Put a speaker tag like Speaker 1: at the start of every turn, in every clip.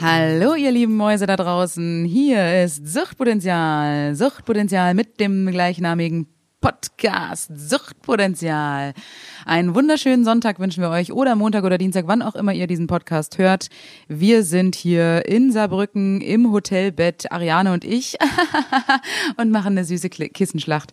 Speaker 1: Hallo, ihr lieben Mäuse da draußen. Hier ist Suchtpotenzial. Suchtpotenzial mit dem gleichnamigen Podcast Suchtpotenzial. Einen wunderschönen Sonntag wünschen wir euch oder Montag oder Dienstag, wann auch immer ihr diesen Podcast hört. Wir sind hier in Saarbrücken im Hotelbett, Ariane und ich, und machen eine süße Kli- Kissenschlacht.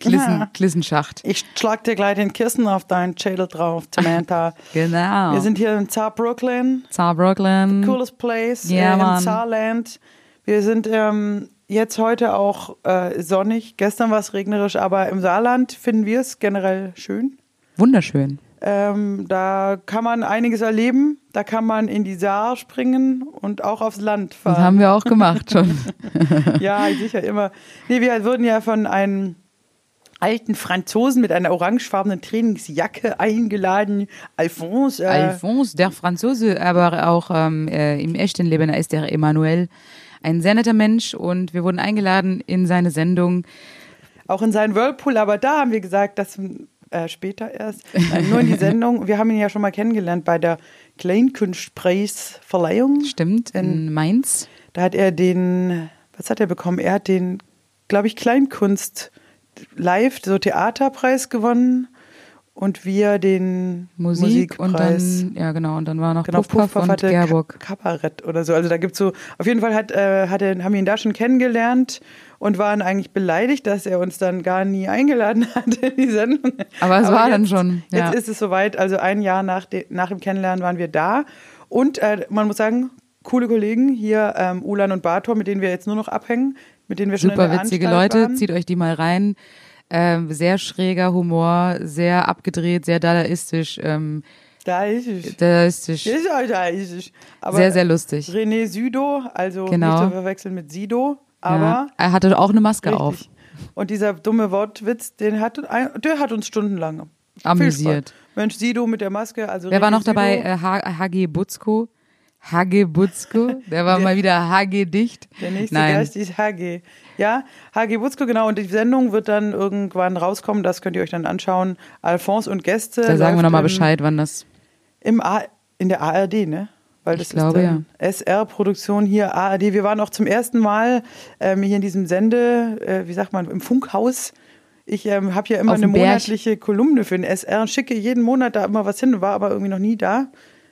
Speaker 1: Klissen,
Speaker 2: Ja.
Speaker 1: Klissenschacht.
Speaker 2: Ich schlag dir gleich den Kissen auf deinen Schädel drauf, Samantha.
Speaker 1: Genau.
Speaker 2: Wir sind hier in Saar, Brooklyn.
Speaker 1: Saarbrücken.
Speaker 2: Coolest place
Speaker 1: Ja,
Speaker 2: äh,
Speaker 1: Mann.
Speaker 2: im Saarland. Wir sind ähm, jetzt heute auch äh, sonnig. Gestern war es regnerisch, aber im Saarland finden wir es generell schön.
Speaker 1: Wunderschön.
Speaker 2: Ähm, da kann man einiges erleben. Da kann man in die Saar springen und auch aufs Land
Speaker 1: Das
Speaker 2: fahren.
Speaker 1: haben wir auch gemacht schon.
Speaker 2: Ja, sicher immer. Nee, wir wurden ja von einem alten Franzosen mit einer orangefarbenen Trainingsjacke eingeladen. Alphonse. Äh,
Speaker 1: Alphonse, der Franzose, aber auch ähm, äh, im echten Leben ist der Emmanuel ein sehr netter Mensch und wir wurden eingeladen in seine Sendung.
Speaker 2: auch in seinen Whirlpool, aber da haben wir gesagt, dass äh, später erst, Nein, nur in die Sendung. Wir haben ihn ja schon mal kennengelernt bei der Kleinkunstpreisverleihung.
Speaker 1: Stimmt, in, Mainz.
Speaker 2: Da hat er den, was hat er bekommen? Er hat den, glaube ich, Kleinkunst live, so Theaterpreis gewonnen und wir den
Speaker 1: Musik und
Speaker 2: Musikpreis.
Speaker 1: dann, ja genau, und dann war noch
Speaker 2: Genau,
Speaker 1: Puffpuff,
Speaker 2: Puffpuff
Speaker 1: und
Speaker 2: hatte
Speaker 1: Gerburg.
Speaker 2: Ka- Kabarett oder so. Also da gibt's so, auf jeden Fall hat, äh, hat er, haben wir ihn da schon kennengelernt und waren eigentlich beleidigt, dass er uns dann gar nie eingeladen hat in die Sendung.
Speaker 1: Aber es war
Speaker 2: jetzt,
Speaker 1: dann schon, ja.
Speaker 2: Jetzt ist es soweit, also ein Jahr nach, de, nach dem Kennenlernen waren wir da und äh, man muss sagen, coole Kollegen hier, ähm, Ulan und Bartor, mit denen wir jetzt nur noch abhängen, mit denen wir schon in
Speaker 1: Super
Speaker 2: der
Speaker 1: witzige
Speaker 2: Anstalt
Speaker 1: Leute,
Speaker 2: waren.
Speaker 1: zieht euch die mal rein. Ähm, sehr schräger Humor, sehr abgedreht, sehr dadaistisch, ähm,
Speaker 2: Da ist es.
Speaker 1: dadaistisch,
Speaker 2: Das ist, auch- da ist es. Aber
Speaker 1: sehr, sehr lustig.
Speaker 2: René Südo, also
Speaker 1: Genau.
Speaker 2: nicht zu verwechseln mit Sido, aber...
Speaker 1: ja. Er hatte auch eine Maske auf.
Speaker 2: Richtig. Und dieser dumme Wortwitz, den hat, der hat uns stundenlang
Speaker 1: Amüsiert.
Speaker 2: viel Spaß. Mensch, Sido mit der Maske. Also
Speaker 1: Wer war
Speaker 2: René
Speaker 1: noch dabei?
Speaker 2: Sido,
Speaker 1: Äh, H- HG Butzko. HG Butzko. Der war mal wieder HG dicht.
Speaker 2: Der nächste
Speaker 1: Äh, Nein.
Speaker 2: Gast ist HG. Ja, HG Butzko, genau. Und die Sendung wird dann irgendwann rauskommen. Das könnt ihr euch dann anschauen. Alphonse und Gäste.
Speaker 1: Da sagen wir
Speaker 2: läuft
Speaker 1: nochmal
Speaker 2: im-
Speaker 1: Bescheid, wann das.
Speaker 2: Im A in der ARD, ne? Weil das
Speaker 1: Ich glaube,
Speaker 2: ist dann SR-Produktion hier, ARD. Wir waren auch zum ersten Mal ähm, hier in diesem Sende, äh, wie sagt man, im Funkhaus. Ich ähm, habe ja immer
Speaker 1: Auf
Speaker 2: eine
Speaker 1: dem Berg.
Speaker 2: monatliche Kolumne für den SR und schicke jeden Monat da immer was hin, war aber irgendwie noch nie da.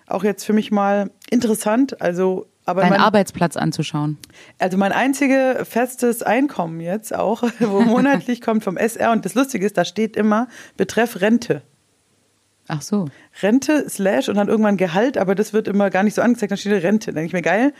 Speaker 2: Auch jetzt für mich mal interessant. Also, aber
Speaker 1: Deinen
Speaker 2: man-
Speaker 1: Arbeitsplatz anzuschauen.
Speaker 2: also mein einzige festes Einkommen jetzt auch, wo monatlich kommt vom SR. Und das Lustige ist, da steht immer Betreff Rente.
Speaker 1: Ach so.
Speaker 2: Rente slash und dann irgendwann Gehalt, aber das wird immer gar nicht so angezeigt. Dann steht da Rente. Dann denke ich mir, geil,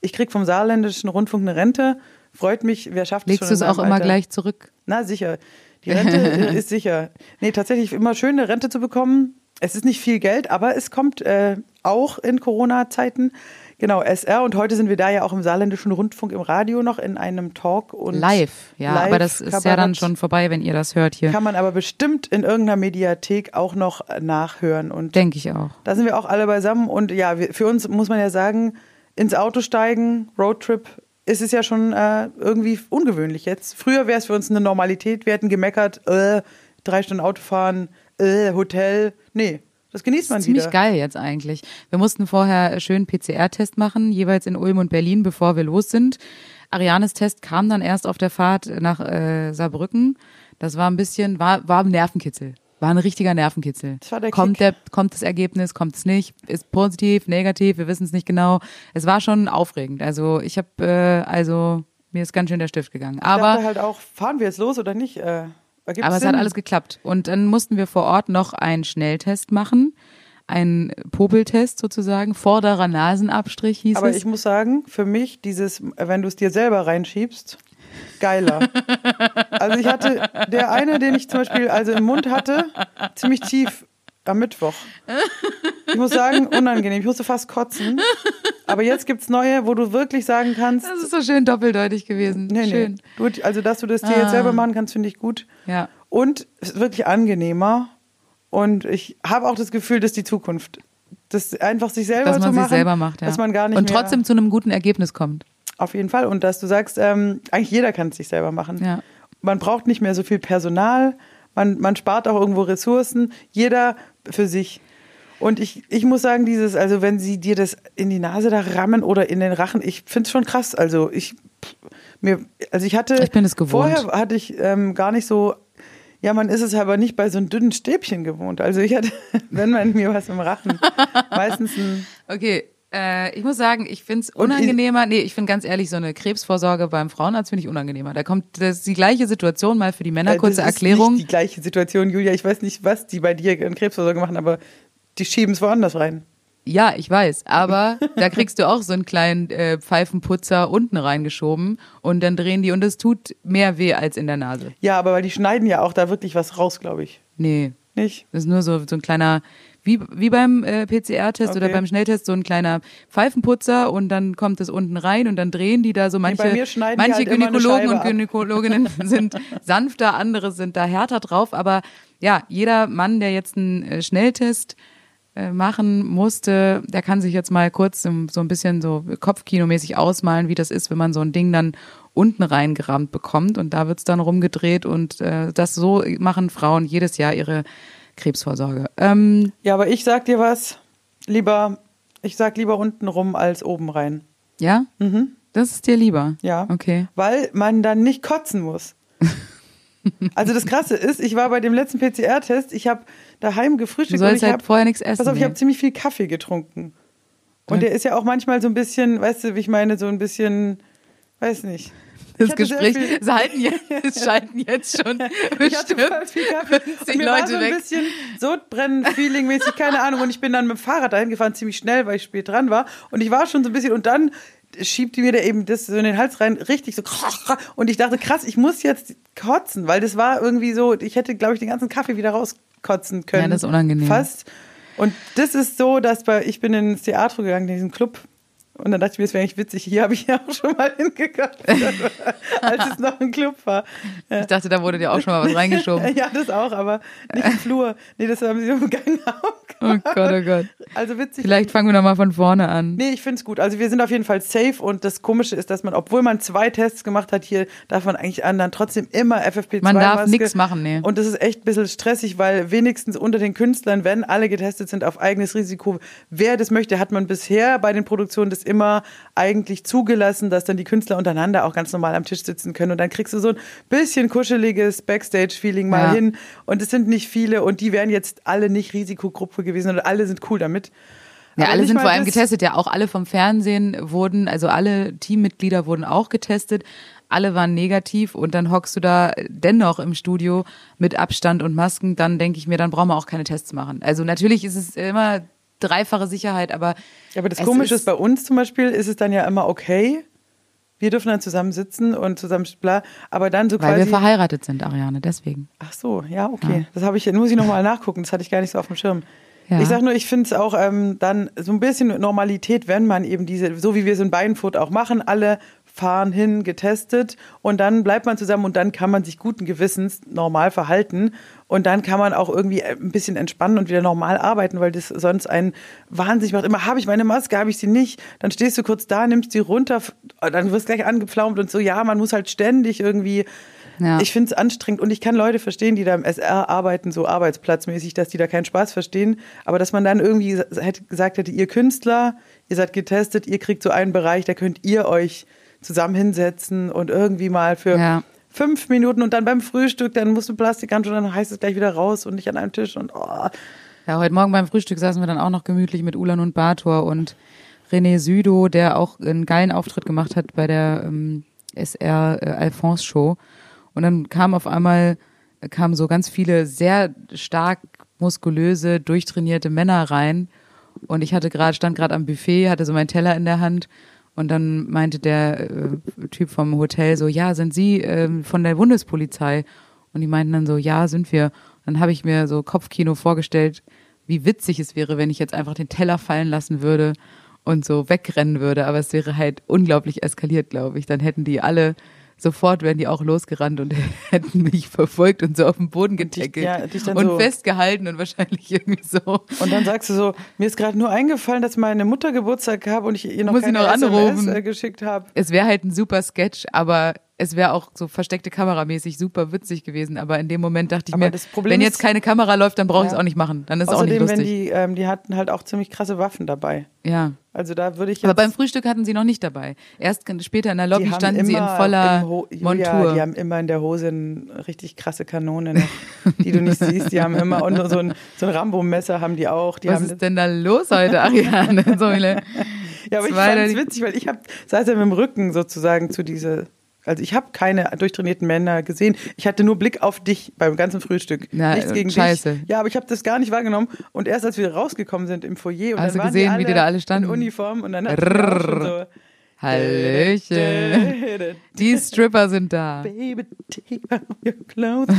Speaker 2: ich krieg vom saarländischen Rundfunk eine Rente. Freut mich, wer schafft
Speaker 1: Legst
Speaker 2: schon
Speaker 1: du es
Speaker 2: in
Speaker 1: auch
Speaker 2: meinem
Speaker 1: immer
Speaker 2: Alter?
Speaker 1: gleich zurück?
Speaker 2: Na, sicher. Die Rente äh, ist sicher. Nee, tatsächlich immer schön, eine Rente zu bekommen. Es ist nicht viel Geld, aber es kommt äh, auch in Corona-Zeiten. Genau, SR. Und heute sind wir da ja auch im saarländischen Rundfunk im Radio noch in einem Talk. Und
Speaker 1: Live. Ja,
Speaker 2: Live-
Speaker 1: aber das ist ja
Speaker 2: Kabarett.
Speaker 1: dann schon vorbei, wenn ihr das hört hier.
Speaker 2: Kann man aber bestimmt in irgendeiner Mediathek auch noch äh, nachhören. Und
Speaker 1: Denke ich auch.
Speaker 2: da sind wir auch alle beisammen und ja, wir, für uns muss man ja sagen, ins Auto steigen, Roadtrip, ist es ja schon äh, irgendwie ungewöhnlich jetzt. Früher wäre es für uns eine Normalität, wir hätten gemeckert, äh, drei Stunden Autofahren, äh, Hotel. Nee, das genießt man
Speaker 1: Das ist ziemlich
Speaker 2: wieder.
Speaker 1: geil jetzt eigentlich. Wir mussten vorher äh, schön PCR-Test machen, jeweils in Ulm und Berlin, bevor wir los sind. Arianes Test kam dann erst auf der Fahrt nach äh, Saarbrücken. Das war ein bisschen, war, war ein Nervenkitzel. War ein richtiger Nervenkitzel.
Speaker 2: Das war der
Speaker 1: kommt,
Speaker 2: Kick.
Speaker 1: der, kommt das Ergebnis, kommt es nicht? Ist positiv, negativ, wir wissen es nicht genau. Es war schon aufregend. Also ich habe, äh, also mir ist ganz schön der Stift gegangen.
Speaker 2: Ich
Speaker 1: Aber
Speaker 2: dachte halt auch, fahren wir jetzt los oder nicht? Äh, ergibt
Speaker 1: aber es
Speaker 2: Sinn?
Speaker 1: hat alles geklappt. Und dann mussten wir vor Ort noch einen Schnelltest machen. Einen Popeltest sozusagen. Vorderer Nasenabstrich hieß
Speaker 2: Aber
Speaker 1: es.
Speaker 2: ich muss sagen, für mich dieses, wenn du es dir selber reinschiebst, geiler. also ich hatte, der eine, den ich zum Beispiel also im Mund hatte, ziemlich tief am Mittwoch. Ich muss sagen, unangenehm. Ich musste fast kotzen. Aber jetzt gibt's neue, wo du wirklich sagen kannst,
Speaker 1: das ist so schön doppeldeutig gewesen.
Speaker 2: nee,
Speaker 1: schön. Ah.
Speaker 2: nee. Du, also dass du das dir jetzt selber machen kannst, finde ich gut.
Speaker 1: Ja.
Speaker 2: Und es ist wirklich angenehmer. Und ich habe auch das Gefühl, dass die Zukunft, das einfach sich selber
Speaker 1: Dass man
Speaker 2: zu
Speaker 1: sich
Speaker 2: machen,
Speaker 1: selber macht, ja.
Speaker 2: dass man gar nicht
Speaker 1: Und
Speaker 2: mehr
Speaker 1: trotzdem zu einem guten Ergebnis kommt.
Speaker 2: auf jeden Fall. Und dass du sagst, ähm, eigentlich jeder kann es sich selber machen.
Speaker 1: Ja.
Speaker 2: Man braucht nicht mehr so viel Personal. Man, man spart auch irgendwo Ressourcen. Jeder für sich. Und ich, ich muss sagen, dieses, also wenn sie dir das in die Nase da rammen oder in den Rachen, ich finde es schon krass. Also ich pff, mir, also ich hatte
Speaker 1: Ich bin es gewohnt.
Speaker 2: vorher hatte ich ähm, gar nicht so, ja, man ist es aber nicht bei so einem dünnen Stäbchen gewohnt. Also ich hatte, wenn man mir was im Rachen, meistens ein
Speaker 1: Okay, äh, ich muss sagen, ich find's
Speaker 2: in-
Speaker 1: unangenehmer. Nee, ich find ganz ehrlich, so eine Krebsvorsorge beim Frauenarzt finde ich unangenehmer. Da kommt das ist die gleiche Situation mal für die Männer.
Speaker 2: Äh,
Speaker 1: Kurze
Speaker 2: das ist
Speaker 1: Erklärung.
Speaker 2: Nicht die gleiche Situation, Julia. Ich weiß nicht, was die bei dir in Krebsversorgung machen, aber die schieben es woanders rein.
Speaker 1: Ja, ich weiß, aber da kriegst du auch so einen kleinen äh, Pfeifenputzer unten reingeschoben und dann drehen die und es tut mehr weh als in der Nase.
Speaker 2: Ja, aber weil die schneiden ja auch da wirklich was raus, glaube ich.
Speaker 1: Nee,
Speaker 2: Nicht?
Speaker 1: das ist nur so, so ein kleiner, wie, wie beim äh, PCR-Test oder
Speaker 2: Okay.
Speaker 1: beim Schnelltest, so ein kleiner Pfeifenputzer und dann kommt es unten rein und dann drehen die da so manche,
Speaker 2: bei mir schneiden die
Speaker 1: manche
Speaker 2: halt immer eine
Speaker 1: Gynäkologen
Speaker 2: Scheibe
Speaker 1: und
Speaker 2: ab.
Speaker 1: Gynäkologinnen sind sanfter, andere sind da härter drauf, aber ja, jeder Mann, der jetzt einen äh, Schnelltest äh, machen musste, der kann sich jetzt mal kurz im- so ein bisschen so kopfkinomäßig ausmalen, wie das ist, wenn man so ein Ding dann unten reingerammt bekommt und da wird's dann rumgedreht und äh, das so machen Frauen jedes Jahr ihre Krebsvorsorge. Ähm,
Speaker 2: Ja, aber ich sag dir was. Lieber, ich sag lieber unten rum als oben rein.
Speaker 1: ja? Das ist dir lieber?
Speaker 2: Mhm. Ja.
Speaker 1: Okay.
Speaker 2: Weil man dann nicht kotzen muss. Also das Krasse ist, ich war bei dem letzten PCR-Test, ich habe daheim
Speaker 1: Du
Speaker 2: gefrühstückt und
Speaker 1: sollst
Speaker 2: ich
Speaker 1: halt
Speaker 2: hab-
Speaker 1: vorher nichts essen.
Speaker 2: Pass auf, ich
Speaker 1: nee.
Speaker 2: habe ziemlich viel Kaffee getrunken. Und der ist ja auch manchmal so ein bisschen, weißt du, wie ich meine, so ein bisschen, weiß nicht. Ich
Speaker 1: das
Speaker 2: hatte sehr
Speaker 1: Gespräch.
Speaker 2: viel-
Speaker 1: Es, halten jetzt, es schalten jetzt schon
Speaker 2: Ich hatte
Speaker 1: bestimmt
Speaker 2: voll viel Kaffee.
Speaker 1: 50
Speaker 2: Und mir war
Speaker 1: Leute
Speaker 2: so ein
Speaker 1: weg.
Speaker 2: bisschen Sodbrennen-Feeling-mäßig, keine Ahnung. Und ich bin dann mit dem Fahrrad dahin gefahren, ziemlich schnell, weil ich spät dran war. Und ich war schon so ein bisschen, und dann schiebt die mir da eben das so in den Hals rein, richtig so. Und ich dachte, krass, ich muss jetzt kotzen, weil das war irgendwie so, ich hätte, glaube ich, den ganzen Kaffee wieder rauskotzen können.
Speaker 1: Ja, das ist unangenehm.
Speaker 2: Fast. Und das ist so, dass bei, ich bin ins Theater gegangen, in diesen Club. Und dann dachte ich mir, das wäre eigentlich witzig. Hier habe ich ja auch schon mal hingegangen, als es noch ein Club war. Ja.
Speaker 1: Ich dachte, da wurde dir auch schon mal was reingeschoben.
Speaker 2: Ja, das auch, aber nicht im Flur. Nee, das haben sie im Gang auch
Speaker 1: Oh
Speaker 2: gemacht.
Speaker 1: Gott, oh Gott.
Speaker 2: Also witzig.
Speaker 1: Vielleicht fangen wir nochmal von vorne an.
Speaker 2: Nee, ich finde es gut. Also wir sind auf jeden Fall safe und das Komische ist, dass man, obwohl man zwei Tests gemacht hat, hier darf man eigentlich anderen trotzdem immer FFP2
Speaker 1: Man darf
Speaker 2: Maske.
Speaker 1: nix machen, nee.
Speaker 2: Und das ist echt ein bisschen stressig, weil wenigstens unter den Künstlern, wenn alle getestet sind auf eigenes Risiko, wer das möchte, hat man bisher bei den Produktionen das immer eigentlich zugelassen, dass dann die Künstler untereinander auch ganz normal am Tisch sitzen können und dann kriegst du so ein bisschen kuscheliges Backstage-Feeling mal
Speaker 1: Ja.
Speaker 2: hin und es sind nicht viele und die wären jetzt alle nicht Risikogruppe gewesen und alle sind cool damit.
Speaker 1: Ja,
Speaker 2: Aber
Speaker 1: alle
Speaker 2: nicht
Speaker 1: sind
Speaker 2: mal
Speaker 1: vor allem
Speaker 2: das-
Speaker 1: getestet. Ja, auch alle vom Fernsehen wurden, also alle Teammitglieder wurden auch getestet. Alle waren negativ und dann hockst du da dennoch im Studio mit Abstand und Masken. Dann denke ich mir, dann brauchen wir auch keine Tests machen. Also natürlich ist es immer dreifache Sicherheit, aber
Speaker 2: Ja, aber das
Speaker 1: es
Speaker 2: Komische ist, bei uns zum Beispiel ist es dann ja immer okay. Wir dürfen dann zusammen sitzen und zusammen bla, aber dann so
Speaker 1: weil wir
Speaker 2: quasi.
Speaker 1: verheiratet sind, Ariane. Deswegen.
Speaker 2: ach so, ja, okay. Das habe ich, muss ich nochmal nachgucken, das hatte ich gar nicht so auf dem Schirm.
Speaker 1: Ja.
Speaker 2: Ich sag nur, ich finde es auch ähm, dann so ein bisschen Normalität, wenn man eben diese, so wie wir es in Beinfurt auch machen, alle fahren hin, getestet und dann bleibt man zusammen und dann kann man sich guten Gewissens normal verhalten und dann kann man auch irgendwie äh, ein bisschen entspannen und wieder normal arbeiten, weil das sonst einen wahnsinnig macht. Immer habe ich meine Maske, habe ich sie nicht, dann stehst du kurz da, nimmst sie runter, f- dann wirst gleich angepflaumt und so, ja, man muss halt ständig irgendwie
Speaker 1: Ja.
Speaker 2: ich finde es anstrengend und ich kann Leute verstehen, die da im SR arbeiten, so arbeitsplatzmäßig, dass die da keinen Spaß verstehen. Aber dass man dann irgendwie sa- hätte- gesagt hätte, ihr Künstler, ihr seid getestet, ihr kriegt so einen Bereich, da könnt ihr euch zusammen hinsetzen und irgendwie mal für
Speaker 1: Ja.
Speaker 2: fünf Minuten und dann beim Frühstück, dann musst du Plastikhandschuhe, dann heißt es gleich wieder raus und nicht an einem Tisch und oh.
Speaker 1: Ja, heute Morgen beim Frühstück saßen wir dann auch noch gemütlich mit Ulan und Bator und René Südo, der auch einen geilen Auftritt gemacht hat bei der ähm, SR äh, Alphonse Show. Und dann kam auf einmal, äh, kamen so ganz viele sehr stark muskulöse, durchtrainierte Männer rein. Und ich hatte gerade, stand gerade am Buffet, hatte so meinen Teller in der Hand. Und dann meinte der äh, Typ vom Hotel so, ja, sind Sie ähm, von der Bundespolizei? Und die meinten dann so, ja, sind wir. Dann habe ich mir so Kopfkino vorgestellt, wie witzig es wäre, wenn ich jetzt einfach den Teller fallen lassen würde und so wegrennen würde. Aber es wäre halt unglaublich eskaliert, glaube ich. Dann hätten die alle, sofort wären die auch losgerannt und hätten mich verfolgt und so auf den Boden
Speaker 2: dich-
Speaker 1: getickelt
Speaker 2: ja, dich dann
Speaker 1: und
Speaker 2: so-
Speaker 1: festgehalten und wahrscheinlich irgendwie so.
Speaker 2: Und dann sagst du so, mir ist gerade nur eingefallen, dass meine Mutter Geburtstag hat und ich ihr noch
Speaker 1: Muss ich
Speaker 2: keine
Speaker 1: noch
Speaker 2: SMS
Speaker 1: anrufen?
Speaker 2: äh, geschickt habe.
Speaker 1: Es wäre halt ein super Sketch, aber es wäre auch so versteckte Kameramäßig super witzig gewesen, aber in dem Moment dachte ich
Speaker 2: Aber
Speaker 1: mir,
Speaker 2: das Problem
Speaker 1: wenn
Speaker 2: ist-
Speaker 1: jetzt keine Kamera läuft, dann brauche ich es
Speaker 2: Ja.
Speaker 1: auch nicht machen. Dann ist es auch nicht
Speaker 2: Außerdem, wenn
Speaker 1: lustig.
Speaker 2: die, ähm, die hatten halt auch ziemlich krasse Waffen dabei.
Speaker 1: ja.
Speaker 2: Also da würde ich jetzt.
Speaker 1: Aber beim Frühstück hatten sie noch nicht dabei. Erst g- später in der Lobby
Speaker 2: die haben
Speaker 1: standen sie in
Speaker 2: immer
Speaker 1: voller
Speaker 2: im Ho- Julia,
Speaker 1: Montur.
Speaker 2: Die haben immer in der Hose eine richtig krasse Kanone, noch, die du nicht siehst. Die haben immer und so ein, so ein Rambo-Messer haben die auch. Die
Speaker 1: Was
Speaker 2: haben
Speaker 1: ist denn da los heute, Ariane? ne? so viele.
Speaker 2: Ja, aber ich
Speaker 1: Zwei
Speaker 2: fand es
Speaker 1: der-
Speaker 2: witzig, weil ich habe, saß ja mit dem Rücken sozusagen zu diese. Also ich habe keine durchtrainierten Männer gesehen. Ich hatte nur Blick auf dich beim ganzen Frühstück.
Speaker 1: Na,
Speaker 2: Nichts
Speaker 1: äh,
Speaker 2: gegen
Speaker 1: scheiße.
Speaker 2: dich. Ja, aber ich habe das gar nicht wahrgenommen. Und erst als wir rausgekommen sind im Foyer und
Speaker 1: Hast
Speaker 2: dann
Speaker 1: du
Speaker 2: waren
Speaker 1: gesehen,
Speaker 2: die alle
Speaker 1: wie die da alle standen?
Speaker 2: in Uniform und dann hat auch schon so
Speaker 1: Hallöchen. Die Stripper sind da.
Speaker 2: Baby, take off your clothes.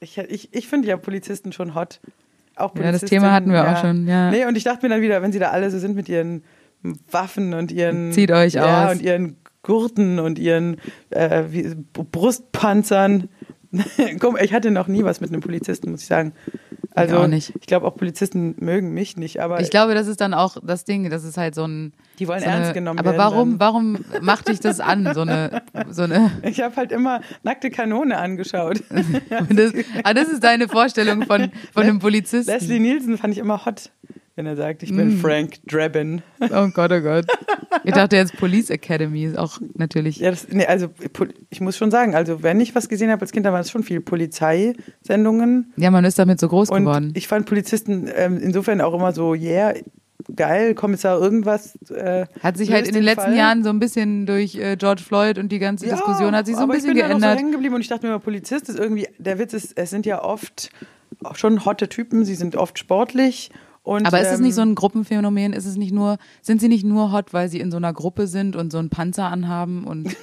Speaker 2: Ich, ich, ich finde ja Polizisten schon hot. Auch
Speaker 1: Ja, das
Speaker 2: Polizistinnen,
Speaker 1: Thema hatten wir auch schon, ja.
Speaker 2: Nee, und ich dachte mir dann wieder, wenn sie da alle so sind mit ihren Waffen und ihren.
Speaker 1: Zieht euch
Speaker 2: ja,
Speaker 1: aus.
Speaker 2: und ihren Gurten und ihren äh, wie, Brustpanzern. Komm, ich hatte noch nie was mit einem Polizisten, muss ich sagen. Also,
Speaker 1: auch nicht.
Speaker 2: ich glaube, auch Polizisten mögen mich nicht, aber
Speaker 1: Ich glaube, das ist dann auch das Ding, das ist halt so ein.
Speaker 2: die wollen
Speaker 1: so eine,
Speaker 2: ernst genommen
Speaker 1: aber
Speaker 2: werden.
Speaker 1: warum, warum macht dich das an, so eine, so eine,
Speaker 2: Dann. Ich habe halt immer nackte Kanone angeschaut.
Speaker 1: das, ah, das ist deine Vorstellung von, von einem Polizisten.
Speaker 2: Leslie Nielsen fand ich immer hot, wenn er sagt, ich
Speaker 1: Mm.
Speaker 2: bin Frank Drabin.
Speaker 1: Oh Gott, oh Gott. Ich dachte jetzt Police Academy ist auch natürlich.
Speaker 2: Ja, das, nee, also Pol- ich muss schon sagen, also wenn ich was gesehen habe als Kind, dann waren es schon viele Polizeisendungen.
Speaker 1: Ja, man ist damit so groß
Speaker 2: Und
Speaker 1: geworden.
Speaker 2: ich fand Polizisten ähm, insofern auch immer so, yeah, geil, Kommissar irgendwas. Äh,
Speaker 1: Hat sich halt
Speaker 2: löst
Speaker 1: in den letzten
Speaker 2: Fall.
Speaker 1: Jahren so ein bisschen durch äh, George Floyd und die ganze
Speaker 2: Ja,
Speaker 1: Diskussion hat sich so ein
Speaker 2: aber
Speaker 1: bisschen
Speaker 2: ich bin da noch
Speaker 1: geändert.
Speaker 2: So hängen geblieben und ich dachte mir immer, Polizist ist irgendwie, der Witz ist, es sind ja oft auch schon hotte Typen, sie sind oft sportlich. Und,
Speaker 1: aber ist es
Speaker 2: ähm,
Speaker 1: nicht so ein Gruppenphänomen? Ist es nicht nur, sind sie nicht nur hot, weil sie in so einer Gruppe sind und so einen Panzer anhaben und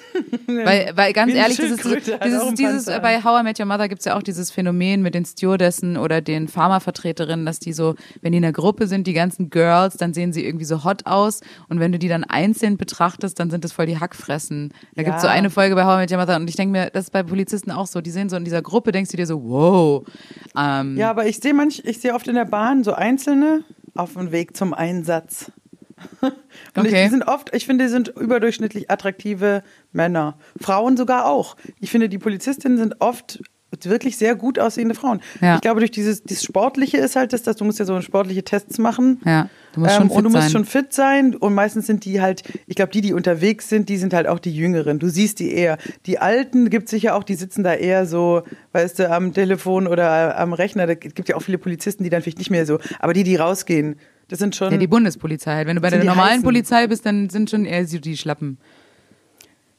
Speaker 1: weil, weil ganz
Speaker 2: Wie eine
Speaker 1: ehrlich, das ist
Speaker 2: Schildkröte hat auch
Speaker 1: dieses,
Speaker 2: einen
Speaker 1: dieses
Speaker 2: Panzer an.
Speaker 1: bei How I Met Your Mother gibt's ja auch dieses Phänomen mit den Stewardessen oder den Pharmavertreterinnen, dass die so, wenn die in einer Gruppe sind, die ganzen Girls, dann sehen sie irgendwie so hot aus und wenn du die dann einzeln betrachtest, dann sind das voll die Hackfressen. Da gibt's so
Speaker 2: Ja.
Speaker 1: eine Folge bei How I Met Your Mother und ich denke mir, das ist bei Polizisten auch so. Die sehen so in dieser Gruppe, denkst du dir so, wow. Ähm,
Speaker 2: Ja, aber ich sehe manch, ich sehe oft in der Bahn so Einzelne auf dem Weg zum Einsatz. Und
Speaker 1: Okay.
Speaker 2: ich, die sind oft, ich finde, die sind überdurchschnittlich attraktive Männer. Frauen sogar auch. Ich finde, die Polizistinnen sind oft wirklich sehr gut aussehende Frauen.
Speaker 1: Ja.
Speaker 2: Ich glaube, durch dieses, dieses Sportliche ist halt das, dass du musst ja so sportliche Tests machen. Ähm,
Speaker 1: Ja, du musst schon fit
Speaker 2: und du musst
Speaker 1: sein.
Speaker 2: schon fit sein. Und meistens sind die halt, ich glaube, die, die unterwegs sind, die sind halt auch die Jüngeren. Du siehst die eher. Die Alten gibt sicher auch, die sitzen da eher so, weißt du, am Telefon oder äh, am Rechner. Da gibt ja auch viele Polizisten, die dann vielleicht nicht mehr so. Aber die, die rausgehen, das sind schon.
Speaker 1: Ja, die Bundespolizei halt. Wenn du bei
Speaker 2: Sind
Speaker 1: der
Speaker 2: die
Speaker 1: normalen
Speaker 2: heißen.
Speaker 1: Polizei bist, dann sind schon eher so die Schlappen.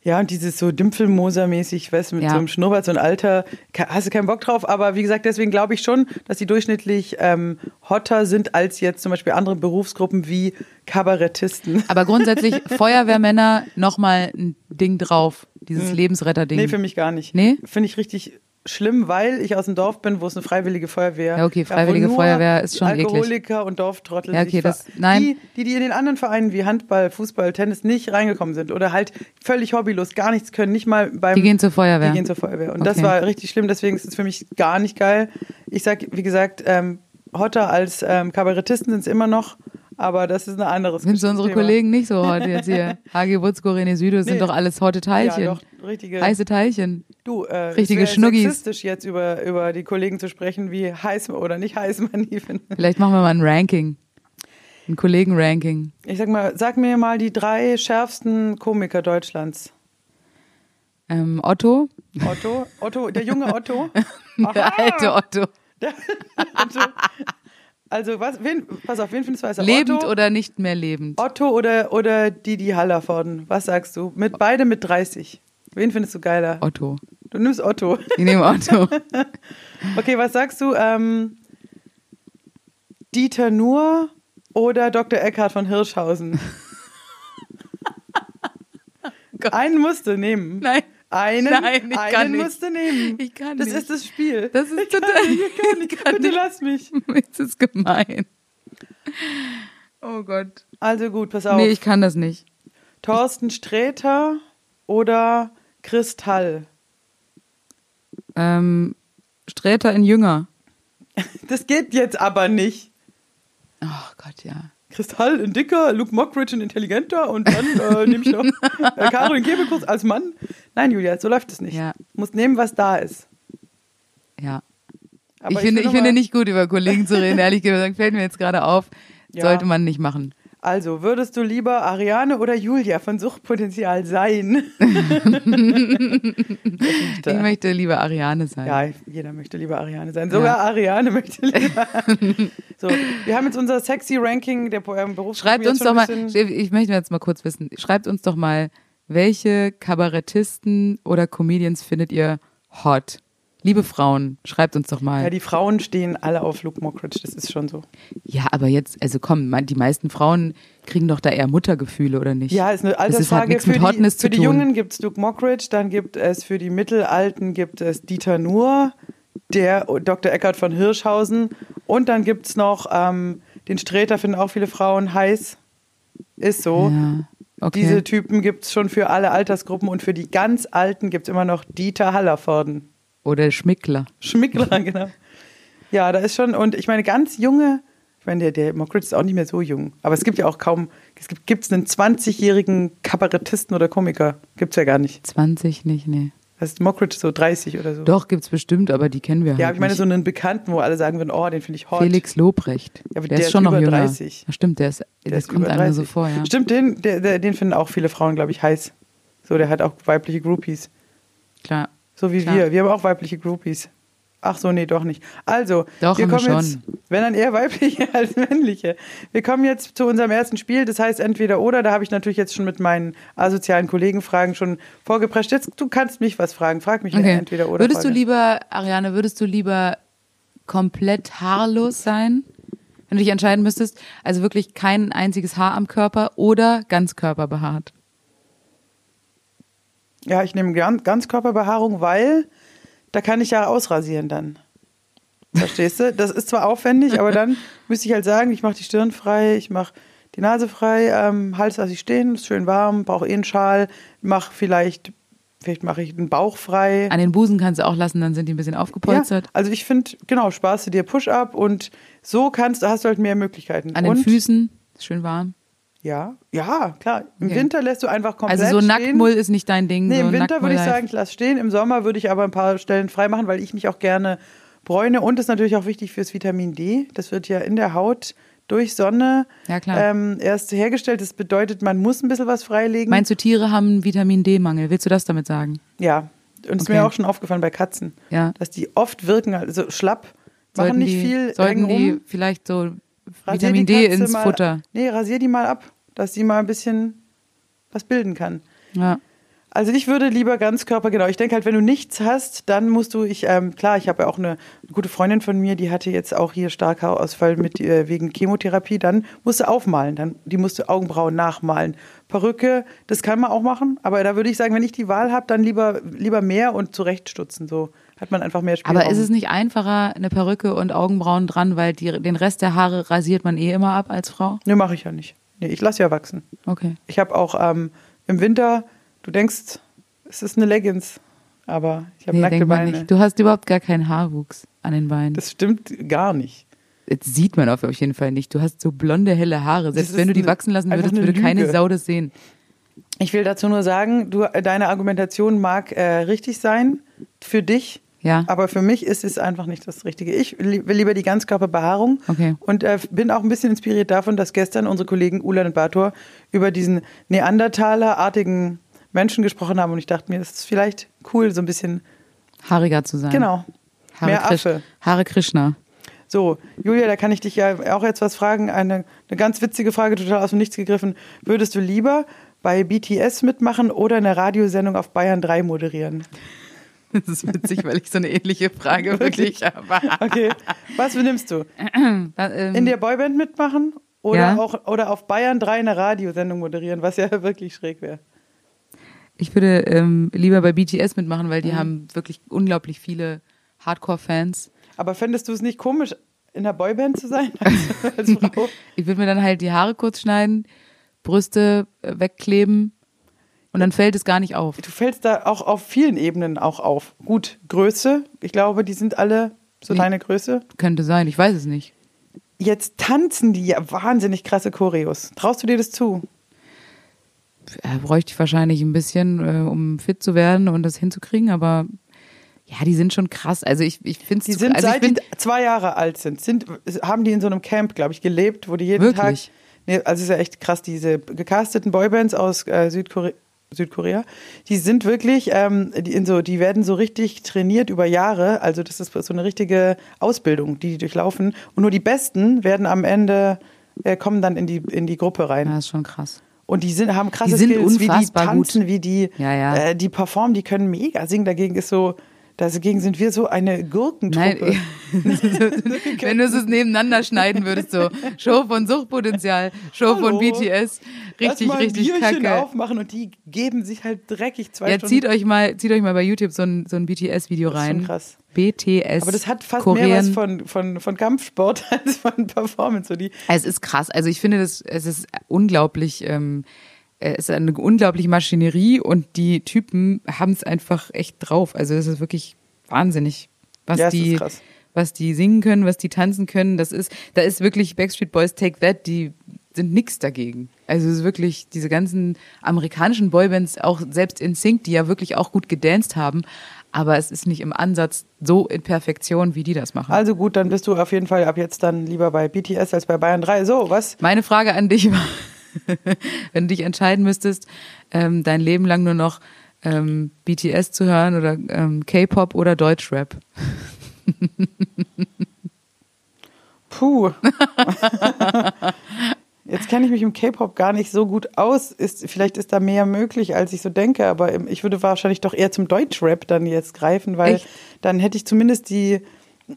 Speaker 2: Ja, und dieses so Dümpfelmoser-mäßig, weißt du, mit
Speaker 1: Ja.
Speaker 2: so einem Schnurrbart, so ein Alter, ke- hast du keinen Bock drauf. Aber wie gesagt, deswegen glaube ich schon, dass die durchschnittlich ähm, hotter sind als jetzt zum Beispiel andere Berufsgruppen wie Kabarettisten.
Speaker 1: Aber grundsätzlich Feuerwehrmänner nochmal ein Ding drauf. Dieses Lebensretterding.
Speaker 2: Hm. Nee, für mich gar nicht.
Speaker 1: Nee?
Speaker 2: Finde ich richtig schlimm, weil ich aus dem Dorf bin, wo es eine freiwillige Feuerwehr
Speaker 1: Ja, okay,
Speaker 2: gab, wo
Speaker 1: freiwillige
Speaker 2: nur
Speaker 1: Feuerwehr ist schon eklig.
Speaker 2: Alkoholiker und Dorftrottel.
Speaker 1: Ja,
Speaker 2: sich
Speaker 1: okay,
Speaker 2: ver-
Speaker 1: das- nein.
Speaker 2: Die, die, die in den anderen Vereinen wie Handball, Fußball, Tennis nicht reingekommen sind oder halt völlig hobbylos, gar nichts können, nicht mal beim.
Speaker 1: Die gehen zur Feuerwehr.
Speaker 2: Die gehen zur Feuerwehr. Und das
Speaker 1: Okay.
Speaker 2: war richtig schlimm, deswegen ist es für mich gar nicht geil. Ich sag, wie gesagt, ähm, hotter als ähm, Kabarettisten sind es immer noch, aber das ist ein anderes
Speaker 1: sind so unsere
Speaker 2: Thema.
Speaker 1: Kollegen nicht so hot jetzt hier? Hagi Butzko, René Süde, das sind
Speaker 2: Nee.
Speaker 1: doch alles hotte Teilchen.
Speaker 2: Ja, doch, richtige.
Speaker 1: Heiße Teilchen.
Speaker 2: Du, äh,
Speaker 1: Richtige
Speaker 2: es wär
Speaker 1: Schnuggis.
Speaker 2: sexistisch jetzt über, über die Kollegen zu sprechen, wie heiß oder nicht heiß man die findet.
Speaker 1: Vielleicht machen wir mal ein Ranking. Ein Kollegen-Ranking.
Speaker 2: Ich sag mal, sag mir mal die drei schärfsten Komiker Deutschlands.
Speaker 1: Ähm, Otto.
Speaker 2: Otto, Otto, der junge Otto.
Speaker 1: Der alte Otto.
Speaker 2: Otto. Also was, wen, pass auf, wen findest du heißer?
Speaker 1: Lebend
Speaker 2: Otto,
Speaker 1: oder nicht mehr lebend?
Speaker 2: Otto oder, oder Didi Hallervorden? Was sagst du? Mit beide mit 30. Wen findest du geiler?
Speaker 1: Otto.
Speaker 2: Du nimmst Otto.
Speaker 1: Ich nehme Otto.
Speaker 2: Okay, was sagst du? Ähm, Dieter Nuhr oder Dr. Eckhard von Hirschhausen?
Speaker 1: Gott.
Speaker 2: Einen musst du nehmen.
Speaker 1: Nein.
Speaker 2: Einen,
Speaker 1: Nein, ich
Speaker 2: einen
Speaker 1: kann nicht.
Speaker 2: musst du nehmen.
Speaker 1: Ich kann
Speaker 2: das
Speaker 1: nicht.
Speaker 2: ist das Spiel.
Speaker 1: Das ist total. Ich kann
Speaker 2: Bitte
Speaker 1: nicht.
Speaker 2: lass mich.
Speaker 1: Das ist gemein. Oh Gott.
Speaker 2: Also gut, pass auf.
Speaker 1: Nee, ich kann das nicht.
Speaker 2: Thorsten Sträter oder Kristall?
Speaker 1: Ähm, Sträter in Jünger.
Speaker 2: Das geht jetzt aber nicht.
Speaker 1: Oh Gott, ja.
Speaker 2: Kristall in dicker, Luke Mockridge in intelligenter und dann äh, nehme ich noch äh, Caro in Kebekus als Mann. Nein, Julia, so läuft es nicht.
Speaker 1: Ja.
Speaker 2: Du musst nehmen, was da ist.
Speaker 1: Ja.
Speaker 2: Aber
Speaker 1: ich finde,
Speaker 2: will
Speaker 1: ich
Speaker 2: noch mal-
Speaker 1: finde nicht gut, über Kollegen zu reden. Ehrlich gesagt, fällt mir jetzt gerade auf.
Speaker 2: Ja.
Speaker 1: Sollte man nicht machen.
Speaker 2: Also, würdest du lieber Ariane oder Julia von Suchtpotenzial sein?
Speaker 1: Ich möchte lieber Ariane sein.
Speaker 2: Ja, jeder möchte lieber Ariane sein. Sogar Ariane möchte lieber. so, wir haben jetzt unser sexy Ranking der ähm, Berufsgruppen
Speaker 1: Schreibt
Speaker 2: jetzt
Speaker 1: uns
Speaker 2: schon
Speaker 1: doch
Speaker 2: ein
Speaker 1: mal,
Speaker 2: bisschen-
Speaker 1: ich möchte jetzt mal kurz wissen, schreibt uns doch mal, welche Kabarettisten oder Comedians findet ihr hot? Liebe Frauen, schreibt uns doch mal.
Speaker 2: Ja, die Frauen stehen alle auf Luke Mockridge, das ist schon so.
Speaker 1: Ja, aber jetzt, also komm, man- die meisten Frauen kriegen doch da eher Muttergefühle, oder nicht?
Speaker 2: Ja, ist
Speaker 1: Das
Speaker 2: eine
Speaker 1: ist halt
Speaker 2: Altersfrage.
Speaker 1: nichts mit
Speaker 2: für die,
Speaker 1: Hotness zu
Speaker 2: für die
Speaker 1: tun.
Speaker 2: Jungen gibt es Luke Mockridge, dann gibt es für die Mittelalten gibt es Dieter Nuhr, der Dr. Eckert von Hirschhausen und dann gibt es noch ähm, den Sträter, finden auch viele Frauen heiß. Ist so.
Speaker 1: Ja, okay.
Speaker 2: Diese Typen gibt es schon für alle Altersgruppen und für die ganz Alten gibt es immer noch Dieter Hallervorden.
Speaker 1: oder Schmickler.
Speaker 2: Schmickler, genau. Ja, da ist schon, und ich meine, ganz junge, ich meine, der, der Mockridge ist auch nicht mehr so jung, aber es gibt ja auch kaum, es gibt gibt's einen 20-jährigen Kabarettisten oder Komiker. Gibt's ja gar nicht.
Speaker 1: 20 nicht, nee.
Speaker 2: Das ist Mockridge so 30 oder so.
Speaker 1: Doch, gibt's bestimmt, aber die kennen wir
Speaker 2: Ja,
Speaker 1: halt
Speaker 2: ich meine,
Speaker 1: nicht.
Speaker 2: so einen Bekannten, wo alle sagen würden, oh, den finde ich hot.
Speaker 1: Felix Lobrecht.
Speaker 2: aber
Speaker 1: der,
Speaker 2: der
Speaker 1: ist
Speaker 2: ist
Speaker 1: schon noch
Speaker 2: über
Speaker 1: jünger.
Speaker 2: 30.
Speaker 1: Ja, stimmt, der ist,
Speaker 2: der
Speaker 1: das
Speaker 2: ist
Speaker 1: kommt
Speaker 2: über
Speaker 1: einem nur so
Speaker 2: 30.
Speaker 1: vor, ja.
Speaker 2: Stimmt, den, der, der, den finden auch viele Frauen, glaube ich, heiß. So, der hat auch weibliche Groupies.
Speaker 1: Klar.
Speaker 2: So wie
Speaker 1: Klar.
Speaker 2: wir. Wir haben auch weibliche Groupies. Ach so, nee, doch nicht. Also,
Speaker 1: Doch,
Speaker 2: wir
Speaker 1: haben wir
Speaker 2: kommen jetzt, wenn dann eher weibliche als männliche. Wir kommen jetzt zu unserem ersten Spiel. Das heißt entweder oder. Da habe ich natürlich jetzt schon mit meinen asozialen Kollegen Fragen schon vorgeprescht. Jetzt, du kannst mich was fragen. Frag mich
Speaker 1: Okay.
Speaker 2: entweder oder.
Speaker 1: würdest du
Speaker 2: Frage.
Speaker 1: lieber, Ariane, würdest du lieber komplett haarlos sein, wenn du dich entscheiden müsstest? Also wirklich kein einziges Haar am Körper oder ganz körperbehaart?
Speaker 2: Ja, ich nehme Gan- Ganzkörperbehaarung, weil da kann ich ja ausrasieren dann. Verstehst du? Das ist zwar aufwendig, aber dann müsste ich halt sagen, ich mache die Stirn frei, ich mache die Nase frei, ähm, Hals lasse ich stehen, ist schön warm, brauche eh einen Schal, mache vielleicht, vielleicht mache ich den Bauch frei.
Speaker 1: An den Busen kannst du auch lassen, dann sind die ein bisschen aufgepolstert.
Speaker 2: Ja, also ich finde, genau, sparst du dir Push-Up und so kannst, hast du halt mehr Möglichkeiten.
Speaker 1: An
Speaker 2: und,
Speaker 1: den Füßen, ist schön warm.
Speaker 2: Ja, ja, klar. Im
Speaker 1: Okay.
Speaker 2: Winter lässt du einfach komplett
Speaker 1: Also so
Speaker 2: stehen.
Speaker 1: Nacktmull ist nicht dein Ding.
Speaker 2: Nee,
Speaker 1: so
Speaker 2: im Winter
Speaker 1: Nacktmull
Speaker 2: würde ich
Speaker 1: live.
Speaker 2: sagen, ich lasse stehen. Im Sommer würde ich aber ein paar Stellen freimachen, weil ich mich auch gerne bräune. Und ist natürlich auch wichtig fürs Vitamin D. Das wird ja in der Haut durch Sonne
Speaker 1: Ja, klar.
Speaker 2: Ähm, erst hergestellt. Das bedeutet, man muss ein bisschen was freilegen.
Speaker 1: Meinst du, Tiere haben einen Vitamin D-Mangel? Willst du das damit sagen?
Speaker 2: ja, und ist
Speaker 1: Okay.
Speaker 2: mir auch schon aufgefallen bei Katzen,
Speaker 1: Ja.
Speaker 2: dass die oft wirken, also schlapp, machen nicht
Speaker 1: die,
Speaker 2: viel,
Speaker 1: sollten
Speaker 2: hängen
Speaker 1: die
Speaker 2: rum.
Speaker 1: vielleicht so
Speaker 2: Rasier
Speaker 1: Vitamin
Speaker 2: die
Speaker 1: D
Speaker 2: Katze
Speaker 1: ins
Speaker 2: mal,
Speaker 1: Futter?
Speaker 2: Nee, rasier die mal ab, dass die mal ein bisschen was bilden kann.
Speaker 1: Ja.
Speaker 2: Also ich würde lieber Ganzkörper, genau. Ich denke halt, wenn du nichts hast, dann musst du, ich, ähm, klar, ich habe ja auch eine gute Freundin von mir, die hatte jetzt auch hier Starkhaarausfall mit, äh, wegen Chemotherapie, dann musst du aufmalen, dann, die musst du Augenbrauen nachmalen. Perücke, das kann man auch machen, aber da würde ich sagen, wenn ich die Wahl habe, dann lieber, lieber mehr und zurechtstutzen, so hat man einfach mehr Spielraum.
Speaker 1: Aber ist es nicht einfacher, eine Perücke und Augenbrauen dran, weil die, den Rest der Haare rasiert man eh immer ab als Frau?
Speaker 2: Nee, mache ich ja nicht. Nee, ich lasse ja wachsen.
Speaker 1: Okay.
Speaker 2: Ich habe auch ähm, im Winter, du denkst, es ist eine Leggings, aber ich habe
Speaker 1: Nee,
Speaker 2: nackte
Speaker 1: denk mal
Speaker 2: Beine.
Speaker 1: nicht. Du hast überhaupt gar keinen Haarwuchs an den Beinen. Das
Speaker 2: Das stimmt gar nicht.
Speaker 1: Jetzt sieht man auf jeden Fall nicht. Du hast so blonde, helle Haare. Selbst
Speaker 2: ist
Speaker 1: wenn du die
Speaker 2: eine-
Speaker 1: wachsen lassen
Speaker 2: einfach
Speaker 1: würdest,
Speaker 2: eine
Speaker 1: würde keine
Speaker 2: Lüge.
Speaker 1: Sau das sehen.
Speaker 2: Ich will dazu nur sagen, du, deine Argumentation mag äh, richtig sein für dich,
Speaker 1: Ja.
Speaker 2: aber für mich ist es einfach nicht das Richtige. Ich li will lieber die Ganzkörperbehaarung
Speaker 1: Okay.
Speaker 2: und äh, bin auch ein bisschen inspiriert davon, dass gestern unsere Kollegen Ulan und Bator über diesen Neandertaler-artigen Menschen gesprochen haben und ich dachte mir, das ist vielleicht cool, so ein bisschen,
Speaker 1: Haariger zu sein.
Speaker 2: genau,
Speaker 1: Haare
Speaker 2: mehr
Speaker 1: Krisch-
Speaker 2: Affe.
Speaker 1: Haare Krishna.
Speaker 2: So, Julia, da kann ich dich ja auch jetzt was fragen. Eine, eine ganz witzige Frage, total aus dem Nichts gegriffen. Würdest du lieber bei BTS mitmachen oder eine Radiosendung auf Bayern 3 moderieren?
Speaker 1: Das ist witzig, weil ich so eine ähnliche Frage wirklich habe.
Speaker 2: Okay, was nimmst du? In der Boyband mitmachen oder,
Speaker 1: Ähm. Ja.
Speaker 2: auch, oder auf Bayern 3 eine Radiosendung moderieren, was ja wirklich schräg wäre?
Speaker 1: Ich würde ähm, lieber bei BTS mitmachen, weil die haben wirklich unglaublich viele Hardcore-Fans.
Speaker 2: Aber fändest du es nicht komisch, in einer Boyband zu sein als, als Frau?
Speaker 1: Ich würde mir dann halt die Haare kurz schneiden, Brüste äh, wegkleben und dann fällt es gar nicht auf.
Speaker 2: Du fällst da auch auf vielen Ebenen auch auf. Gut, Größe, ich glaube, die sind alle so
Speaker 1: Nee.
Speaker 2: deine Größe.
Speaker 1: Könnte sein, ich weiß es nicht.
Speaker 2: jetzt tanzen die ja wahnsinnig krasse Choreos. Traust du dir das zu?
Speaker 1: Äh, bräuchte ich wahrscheinlich ein bisschen, äh, um fit zu werden und das hinzukriegen, aber ja, die sind schon krass. Also ich, ich finde es
Speaker 2: Die sind
Speaker 1: also ich
Speaker 2: seit die
Speaker 1: bin,
Speaker 2: zwei Jahre alt sind, sind, haben die in so einem Camp, glaube ich, gelebt, wo die jeden
Speaker 1: Wirklich?
Speaker 2: Tag. Nee, also es ist ja echt krass, diese gecasteten Boybands aus äh, Südkorea. Südkorea, die sind wirklich, ähm, die, in so, die werden so richtig trainiert über Jahre. Also das ist so eine richtige Ausbildung, die die durchlaufen. Und nur die Besten werden am Ende äh, kommen dann in die in die Gruppe rein.
Speaker 1: ja, ist schon krass.
Speaker 2: Und die sind, haben krasse
Speaker 1: Die sind
Speaker 2: Skills, wie die
Speaker 1: unfassbar gut.
Speaker 2: tanzen, wie die,
Speaker 1: Ja, ja.
Speaker 2: Äh, die performen, die können mega singen. Dagegen ist so, dagegen sind wir so eine Gurkentruppe.
Speaker 1: Nein, wenn du es nebeneinander schneiden würdest, so Show von Suchtpotenzial, Show von
Speaker 2: Hallo.
Speaker 1: BTS,
Speaker 2: Lass
Speaker 1: richtig,
Speaker 2: mal ein
Speaker 1: richtig
Speaker 2: Bierchen
Speaker 1: kacke.
Speaker 2: aufmachen und die geben sich halt dreckig zwei
Speaker 1: Ja,
Speaker 2: Stunden.
Speaker 1: zieht euch mal, zieht euch mal bei YouTube so ein, so ein BTS-Video
Speaker 2: Das ist schon
Speaker 1: rein.
Speaker 2: krass.
Speaker 1: BTS.
Speaker 2: aber das hat fast
Speaker 1: Korean.
Speaker 2: mehr was von, von, von Kampfsport als von Performance. So die,
Speaker 1: Es ist krass. Also ich finde, das, es ist unglaublich, ähm, es ist eine unglaubliche Maschinerie und die Typen haben es einfach echt drauf. Also das ist wirklich wahnsinnig, was
Speaker 2: Ja, es ist
Speaker 1: die,
Speaker 2: krass.
Speaker 1: was die singen können, was die tanzen können. Das ist, da ist wirklich Backstreet Boys Take That, die sind nix dagegen. Also es ist wirklich diese ganzen amerikanischen Boybands, auch selbst in Sync, die ja wirklich auch gut gedanced haben, aber es ist nicht im Ansatz so in Perfektion, wie die das machen.
Speaker 2: also gut, dann bist du auf jeden Fall ab jetzt dann lieber bei BTS als bei Bayern 3. So, was?
Speaker 1: Meine Frage an dich war, wenn du dich entscheiden müsstest, ähm, dein Leben lang nur noch ähm, BTS zu hören oder ähm, K-Pop oder Deutschrap.
Speaker 2: Puh. Jetzt kenne ich mich im K-Pop gar nicht so gut aus. Ist, vielleicht ist da mehr möglich, als ich so denke, aber im- ich würde wahrscheinlich doch eher zum Deutschrap dann jetzt greifen, weil
Speaker 1: Echt?
Speaker 2: dann hätte ich zumindest die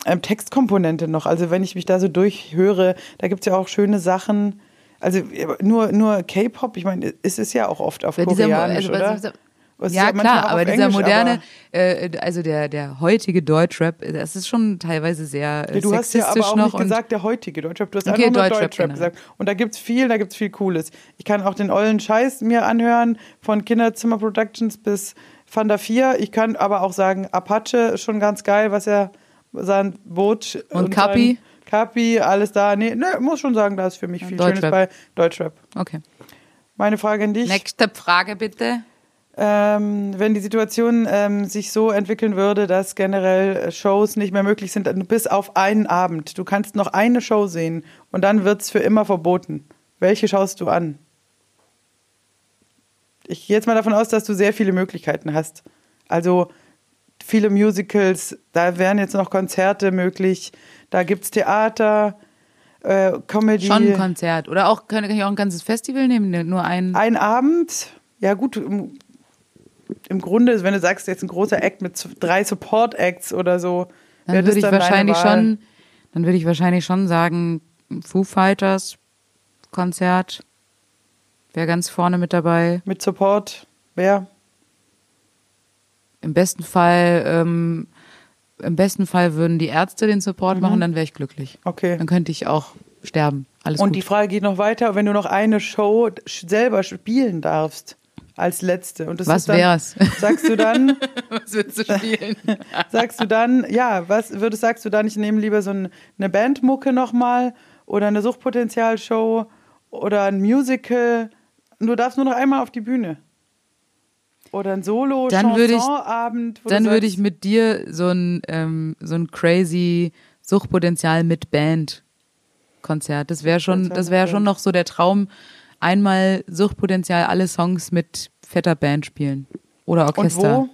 Speaker 2: ähm, Textkomponente noch. Also wenn ich mich da so durchhöre, da gibt es ja auch schöne Sachen. Also äh, nur, nur K-Pop, ich meine, es ist ja auch oft auf
Speaker 1: Weil dieser Mo-
Speaker 2: Koreanisch,
Speaker 1: also bei
Speaker 2: oder?
Speaker 1: dieser-
Speaker 2: Es ist
Speaker 1: ja,
Speaker 2: manchmal
Speaker 1: klar,
Speaker 2: auch
Speaker 1: aber
Speaker 2: auf
Speaker 1: dieser
Speaker 2: Englisch,
Speaker 1: moderne,
Speaker 2: aber-
Speaker 1: äh, also der, der heutige Deutschrap, das ist schon teilweise sehr äh,
Speaker 2: Ja, du hast
Speaker 1: sexistisch
Speaker 2: ja aber auch
Speaker 1: noch.
Speaker 2: nicht gesagt, der heutige Deutschrap. Du hast
Speaker 1: Okay,
Speaker 2: einfach nur
Speaker 1: Deutschrap,
Speaker 2: Deutschrap,
Speaker 1: genau.
Speaker 2: gesagt. Und da gibt's viel, da gibt's viel Cooles. Ich kann auch den ollen Scheiß mir anhören, von Kinderzimmer Productions bis Van der Vier. Ich kann aber auch sagen, Apache ist schon ganz geil, was er sein Boot
Speaker 1: Und Kapi?
Speaker 2: sein- Kapi, alles da. Nee, nee, muss schon sagen, da ist für mich viel
Speaker 1: Deutschrap.
Speaker 2: Schönes bei Deutschrap.
Speaker 1: und, okay.
Speaker 2: Meine Frage an dich.
Speaker 1: Nächste Frage bitte.
Speaker 2: Ähm, wenn die Situation ähm, sich so entwickeln würde, dass generell äh, Shows nicht mehr möglich sind, dann bis auf einen Abend. Du kannst noch eine Show sehen und dann wird's für immer verboten. Welche schaust du an? Ich gehe jetzt mal davon aus, dass du sehr viele Möglichkeiten hast. Also viele Musicals, da wären jetzt noch Konzerte möglich, da gibt's Theater, äh, Comedy.
Speaker 1: Schon ein Konzert. Oder auch, kann, kann ich auch ein ganzes Festival nehmen? Ne, Nur ein.
Speaker 2: Ein Abend, ja gut, im, im Grunde, ist, wenn du sagst, jetzt ein großer Act mit z- drei Support-Acts oder so,
Speaker 1: Dann
Speaker 2: wär das
Speaker 1: würde ich
Speaker 2: deine
Speaker 1: wahrscheinlich
Speaker 2: Wahl?
Speaker 1: schon, dann würde ich wahrscheinlich schon sagen, Foo Fighters Konzert wäre ganz vorne mit dabei.
Speaker 2: Mit Support, wer?
Speaker 1: Im besten Fall, ähm, im besten Fall würden die Ärzte den Support machen, dann wäre ich glücklich.
Speaker 2: Mhm. Okay.
Speaker 1: Dann könnte ich auch sterben. Alles
Speaker 2: Und
Speaker 1: gut.
Speaker 2: die Frage geht noch weiter, wenn du noch eine Show sch- selber spielen darfst, als letzte. Und das
Speaker 1: Was
Speaker 2: ist dann,
Speaker 1: wär's?
Speaker 2: Sagst du dann,
Speaker 1: Was willst du spielen?
Speaker 2: sagst du dann, ja, was würdest sagst du dann, ich nehme lieber so ein, eine Bandmucke nochmal oder eine Suchtpotenzialshow oder ein Musical. Und du darfst nur noch einmal auf die Bühne. Oder ein solo
Speaker 1: Dann würde ich-
Speaker 2: Chansonabend, wo du
Speaker 1: dann
Speaker 2: sagst,
Speaker 1: würde ich mit dir so ein, ähm, so ein crazy Suchtpotenzial mit Band Konzert. Das wäre schon,
Speaker 2: Konzert
Speaker 1: das
Speaker 2: mit
Speaker 1: wäre schon
Speaker 2: Band.
Speaker 1: noch so der Traum. Einmal Suchtpotenzial, alle Songs mit fetter Band spielen. Oder
Speaker 2: Und
Speaker 1: Orchester.
Speaker 2: wo?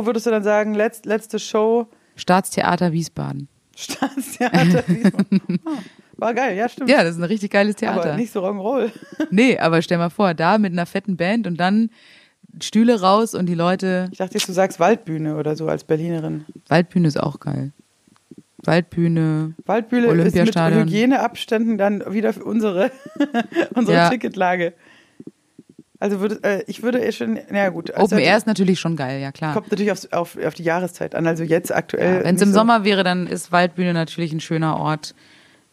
Speaker 2: Wo würdest du dann sagen, letzt, letzte Show,
Speaker 1: Staatstheater Wiesbaden.
Speaker 2: Staatstheater? Wiesbaden? Ah, War geil, ja, stimmt.
Speaker 1: Ja, das ist ein richtig geiles Theater.
Speaker 2: Hm. aber nicht so Rock'n'Roll.
Speaker 1: Nee, aber stell mal vor, da mit einer fetten Band und dann Stühle raus und die Leute.
Speaker 2: Ich dachte, jetzt, du sagst Waldbühne oder so als Berlinerin.
Speaker 1: Waldbühne ist auch geil. Waldbühne.
Speaker 2: Waldbühne ist mit
Speaker 1: Olympiastadion.
Speaker 2: Hygieneabständen dann wieder für unsere, unsere
Speaker 1: Ja.
Speaker 2: Ticketlage. Also würde, äh, ich würde eh schon, na gut. also
Speaker 1: Open Air ist natürlich schon geil, ja klar.
Speaker 2: Kommt natürlich aufs, auf, auf die Jahreszeit an, also jetzt aktuell.
Speaker 1: Ja, Wenn es im
Speaker 2: nicht so.
Speaker 1: Sommer wäre, dann ist Waldbühne natürlich ein schöner Ort.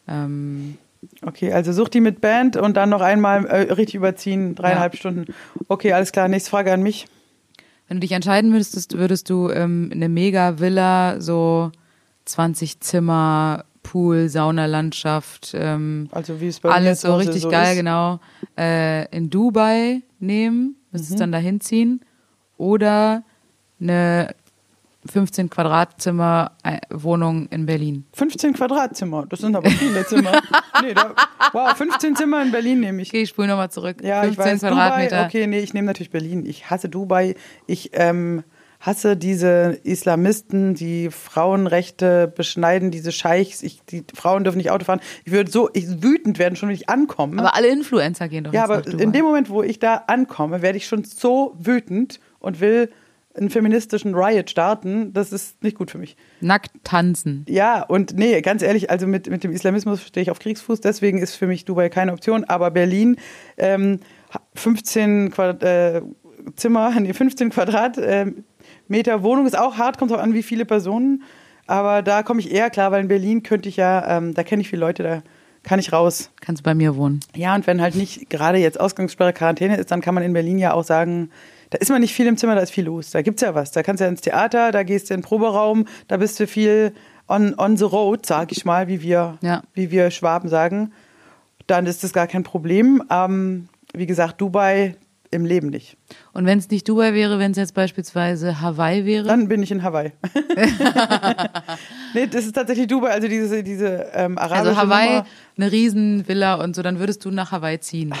Speaker 1: Ähm,
Speaker 2: Okay, also such die mit Band und dann noch einmal äh, richtig überziehen, dreieinhalb Stunden. Okay, alles klar, nächste Frage an mich.
Speaker 1: wenn du dich entscheiden müsstest, würdest du ähm, eine Mega-Villa, so 20 Zimmer, Pool, Saunalandschaft, ähm,
Speaker 2: Also wie es bei mir
Speaker 1: alles
Speaker 2: zu
Speaker 1: so
Speaker 2: Hause
Speaker 1: richtig geil,
Speaker 2: ist.
Speaker 1: genau. Äh, in Dubai nehmen,
Speaker 2: Mhm.
Speaker 1: müsstest dann dahin ziehen. Oder eine 15 Quadratzimmer äh, Wohnung in Berlin.
Speaker 2: 15 Quadratzimmer, das sind aber viele Zimmer. nee, da, wow, 15 Zimmer in Berlin nehme ich.
Speaker 1: Okay, ich spule nochmal zurück.
Speaker 2: Ja,
Speaker 1: 15
Speaker 2: ich weiß,
Speaker 1: Quadratmeter.
Speaker 2: Dubai, okay, nee, ich nehme natürlich Berlin. Ich hasse Dubai. Ich ähm, hasse diese Islamisten, die Frauenrechte beschneiden, diese Scheichs. Ich, die Frauen dürfen nicht Auto fahren. Ich würde so ich, wütend werden, schon wenn ich ankomme.
Speaker 1: Aber alle Influencer gehen doch
Speaker 2: ja,
Speaker 1: jetzt
Speaker 2: aber
Speaker 1: nach Dubai.
Speaker 2: in dem Moment, wo ich da ankomme, werde ich schon so wütend und will einen feministischen Riot starten. Das ist nicht gut für mich.
Speaker 1: Nackt tanzen.
Speaker 2: Ja, und nee, ganz ehrlich, also mit, mit dem Islamismus stehe ich auf Kriegsfuß, deswegen ist für mich Dubai keine Option, aber Berlin, ähm, 15 Quadrat, äh, Zimmer, nee, 15 Quadratmeter Wohnung ist auch hart, kommt auch an, wie viele Personen, aber da komme ich eher klar, weil in Berlin könnte ich ja, ähm, da kenne ich viele Leute, da kann ich raus.
Speaker 1: Kannst bei mir wohnen.
Speaker 2: Ja, und wenn halt nicht gerade jetzt Ausgangssperre, Quarantäne ist, dann kann man in Berlin ja auch sagen, da ist man nicht viel im Zimmer, da ist viel los. Da gibt's ja was. Da kannst du ja ins Theater, da gehst du in den Proberaum, da bist du viel on, on the road, sag ich mal, wie wir,
Speaker 1: Ja.
Speaker 2: wie wir Schwaben sagen. Dann ist das gar kein Problem. Ähm, wie gesagt, Dubai im Leben nicht.
Speaker 1: Und wenn es nicht Dubai wäre, wenn es jetzt beispielsweise Hawaii wäre,
Speaker 2: Dann bin ich in Hawaii. nee, das ist tatsächlich Dubai, also diese, diese ähm, arabische
Speaker 1: also Hawaii,
Speaker 2: Nummer.
Speaker 1: eine Riesenvilla und so, dann würdest du nach Hawaii ziehen.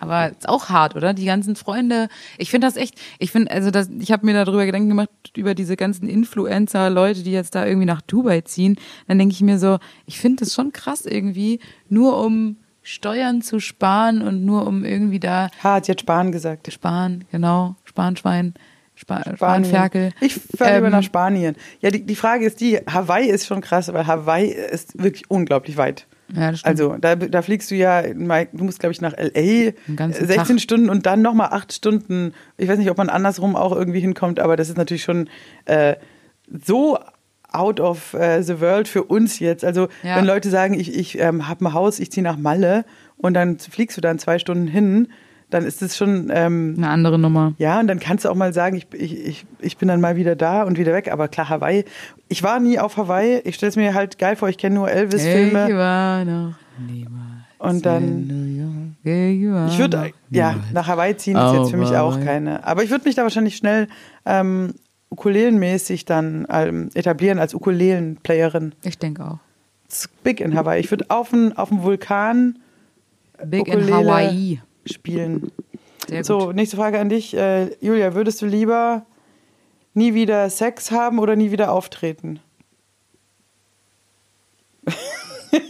Speaker 1: Aber ist auch hart, oder? Die ganzen Freunde. Ich finde das echt, ich finde, also das, ich habe mir darüber Gedanken gemacht, über diese ganzen Influencer, Leute, die jetzt da irgendwie nach Dubai ziehen. Dann denke ich mir so, ich finde das schon krass irgendwie, nur um Steuern zu sparen und nur um irgendwie da
Speaker 2: Ha, hat jetzt Spahn gesagt.
Speaker 1: sparen, genau, Spanschwein, Spa Spanferkel.
Speaker 2: Ich fahre lieber
Speaker 1: Ähm,
Speaker 2: nach Spanien. Ja, die, die Frage ist die, Hawaii ist schon krass, weil Hawaii ist wirklich unglaublich weit.
Speaker 1: Ja, das stimmt.
Speaker 2: Also da, da fliegst du ja, mal- du musst glaube ich nach L.A.
Speaker 1: Den ganzen
Speaker 2: 16
Speaker 1: Tag.
Speaker 2: Stunden und dann nochmal 8 Stunden. Ich weiß nicht, ob man andersrum auch irgendwie hinkommt, aber das ist natürlich schon äh, so out of äh, the world für uns jetzt. Also
Speaker 1: Ja.
Speaker 2: wenn Leute sagen, ich, ich ähm, habe ein Haus, ich ziehe nach Malle und dann fliegst du dann zwei Stunden hin, dann ist es schon... Ähm,
Speaker 1: Eine andere Nummer.
Speaker 2: ja, und dann kannst du auch mal sagen, ich, ich, ich, ich bin dann mal wieder da und wieder weg. Aber klar, Hawaii. Ich war nie auf Hawaii. Ich stelle es mir halt geil vor. Ich kenne nur
Speaker 1: Ich
Speaker 2: Elvis-Filme.
Speaker 1: war noch niemals
Speaker 2: Und dann-
Speaker 1: in New York. war
Speaker 2: Ich würde,
Speaker 1: noch
Speaker 2: ja,
Speaker 1: niemals. Oh,
Speaker 2: nach Hawaii ziehen ist jetzt für mich auch
Speaker 1: Hawaii.
Speaker 2: keine. Aber ich würde mich da wahrscheinlich schnell ähm, ukulelenmäßig dann ähm, etablieren als Ukulelen-Playerin.
Speaker 1: Ich denke auch.
Speaker 2: It's big in Hawaii. Ich würde auf dem auf dem Vulkan
Speaker 1: Big in
Speaker 2: Ukulele
Speaker 1: Hawaii.
Speaker 2: spielen.
Speaker 1: Sehr gut.
Speaker 2: So, nächste Frage an dich. Äh, Julia, würdest du lieber nie wieder Sex haben oder nie wieder auftreten?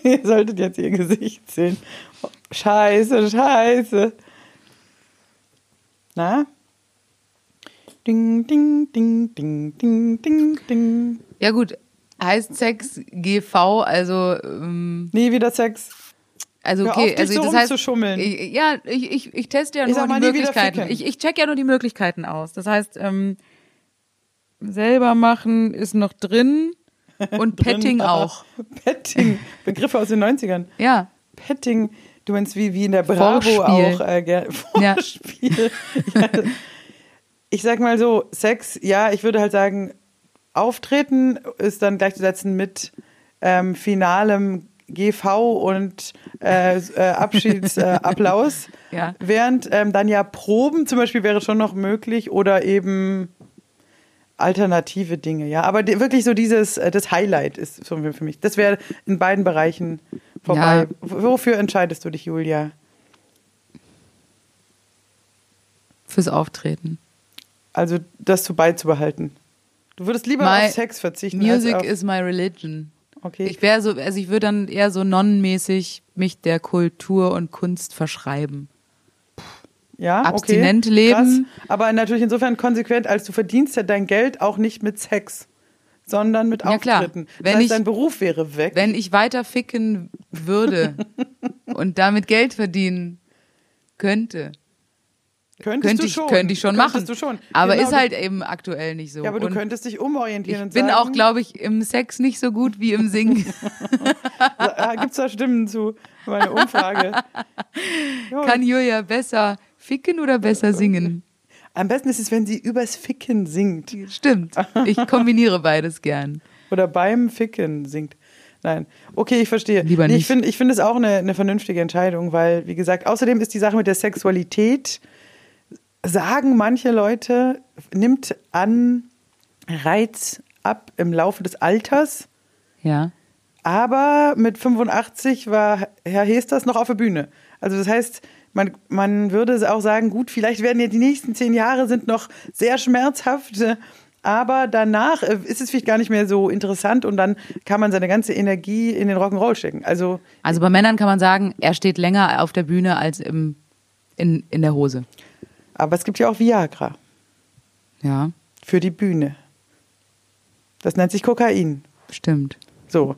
Speaker 2: ihr solltet jetzt ihr Gesicht sehen. Scheiße, scheiße. Na? Ding, ding, ding, ding, ding, ding, ding.
Speaker 1: Ja gut, heißt Sex GV, also ähm,
Speaker 2: Nie wieder Sex.
Speaker 1: also
Speaker 2: Hör
Speaker 1: okay,
Speaker 2: auf, dich
Speaker 1: also
Speaker 2: so
Speaker 1: das heißt,
Speaker 2: rumzuschummeln.
Speaker 1: Ich, ja, ich, ich, ich teste ja
Speaker 2: Ich
Speaker 1: nur
Speaker 2: sag mal,
Speaker 1: die
Speaker 2: nie wieder
Speaker 1: Möglichkeiten.
Speaker 2: ficken.
Speaker 1: Ich, ich check ja nur die Möglichkeiten aus. Das heißt, ähm, selber machen ist noch drin und Petting auch.
Speaker 2: Petting. Begriffe aus den 90ern.
Speaker 1: Ja,
Speaker 2: Petting, du meinst wie, wie in der Bravo
Speaker 1: Vorspiel.
Speaker 2: auch äh, ger-
Speaker 1: Ja.
Speaker 2: Vorspiel. ja. Ich sag mal so, Sex, ja, ich würde halt sagen, Auftreten ist dann gleichzusetzen mit ähm, finalem GV und äh, äh, Abschiedsapplaus. Äh, Applaus.
Speaker 1: Ja.
Speaker 2: Während ähm, dann ja Proben zum Beispiel wäre schon noch möglich oder eben alternative Dinge, ja. Aber die, wirklich so dieses, äh, das Highlight ist so für mich. Das wäre in beiden Bereichen vorbei.
Speaker 1: Ja.
Speaker 2: W- Wofür entscheidest du dich, Julia?
Speaker 1: fürs Auftreten.
Speaker 2: Also das zu beizubehalten. Du würdest lieber
Speaker 1: My
Speaker 2: auf Sex verzichten.
Speaker 1: Music
Speaker 2: als auf,
Speaker 1: is my religion.
Speaker 2: okay.
Speaker 1: Ich wäre so, also ich würde dann eher so nonnenmäßig mich der Kultur und Kunst verschreiben.
Speaker 2: ja,
Speaker 1: abstinent
Speaker 2: okay.
Speaker 1: leben.
Speaker 2: Krass. Aber natürlich insofern konsequent, als du verdienst ja dein Geld auch nicht mit Sex, sondern mit
Speaker 1: Ja, klar.
Speaker 2: Auftritten.
Speaker 1: Wenn
Speaker 2: das heißt,
Speaker 1: ich-
Speaker 2: dein Beruf wäre weg.
Speaker 1: Wenn ich weiter ficken würde und damit Geld verdienen könnte,
Speaker 2: könntest
Speaker 1: könnte
Speaker 2: du
Speaker 1: ich,
Speaker 2: schon.
Speaker 1: könnte ich schon
Speaker 2: Könntest
Speaker 1: machen.
Speaker 2: Du schon.
Speaker 1: Aber
Speaker 2: Genau,
Speaker 1: ist
Speaker 2: du-
Speaker 1: halt eben aktuell nicht so.
Speaker 2: Ja, aber du
Speaker 1: und
Speaker 2: könntest dich
Speaker 1: ich
Speaker 2: umorientieren und
Speaker 1: bin
Speaker 2: sagen, Genau.
Speaker 1: auch, glaube ich, im Sex nicht so gut wie im Singen.
Speaker 2: Gibt es "Ah, da Stimmen zu? Meine Umfrage. Jo,
Speaker 1: Kann Julia besser ficken oder besser singen?
Speaker 2: Am besten ist es, wenn sie übers Ficken singt.
Speaker 1: Stimmt. Ich kombiniere beides gern.
Speaker 2: Oder beim Ficken singt. Nein. Okay, ich verstehe.
Speaker 1: Lieber
Speaker 2: Nee,
Speaker 1: nicht.
Speaker 2: Ich finde ich find es auch eine, eine vernünftige Entscheidung, weil, wie gesagt, außerdem ist die Sache mit der Sexualität, sagen manche Leute, nimmt an Reiz ab im Laufe des Alters.
Speaker 1: Ja.
Speaker 2: Aber mit 85 war Herr Hesters noch auf der Bühne. Also das heißt, man, man würde auch sagen, gut, vielleicht werden ja die nächsten zehn Jahre sind noch sehr schmerzhaft, äh, aber danach äh, ist es vielleicht gar nicht mehr so interessant und dann kann man seine ganze Energie in den Rock'n'Roll stecken. Also
Speaker 1: Also bei Männern kann man sagen, er steht länger auf der Bühne als im, in, in der Hose.
Speaker 2: Aber es gibt ja auch Viagra
Speaker 1: Ja,
Speaker 2: für die Bühne. Das nennt sich Kokain.
Speaker 1: stimmt.
Speaker 2: So.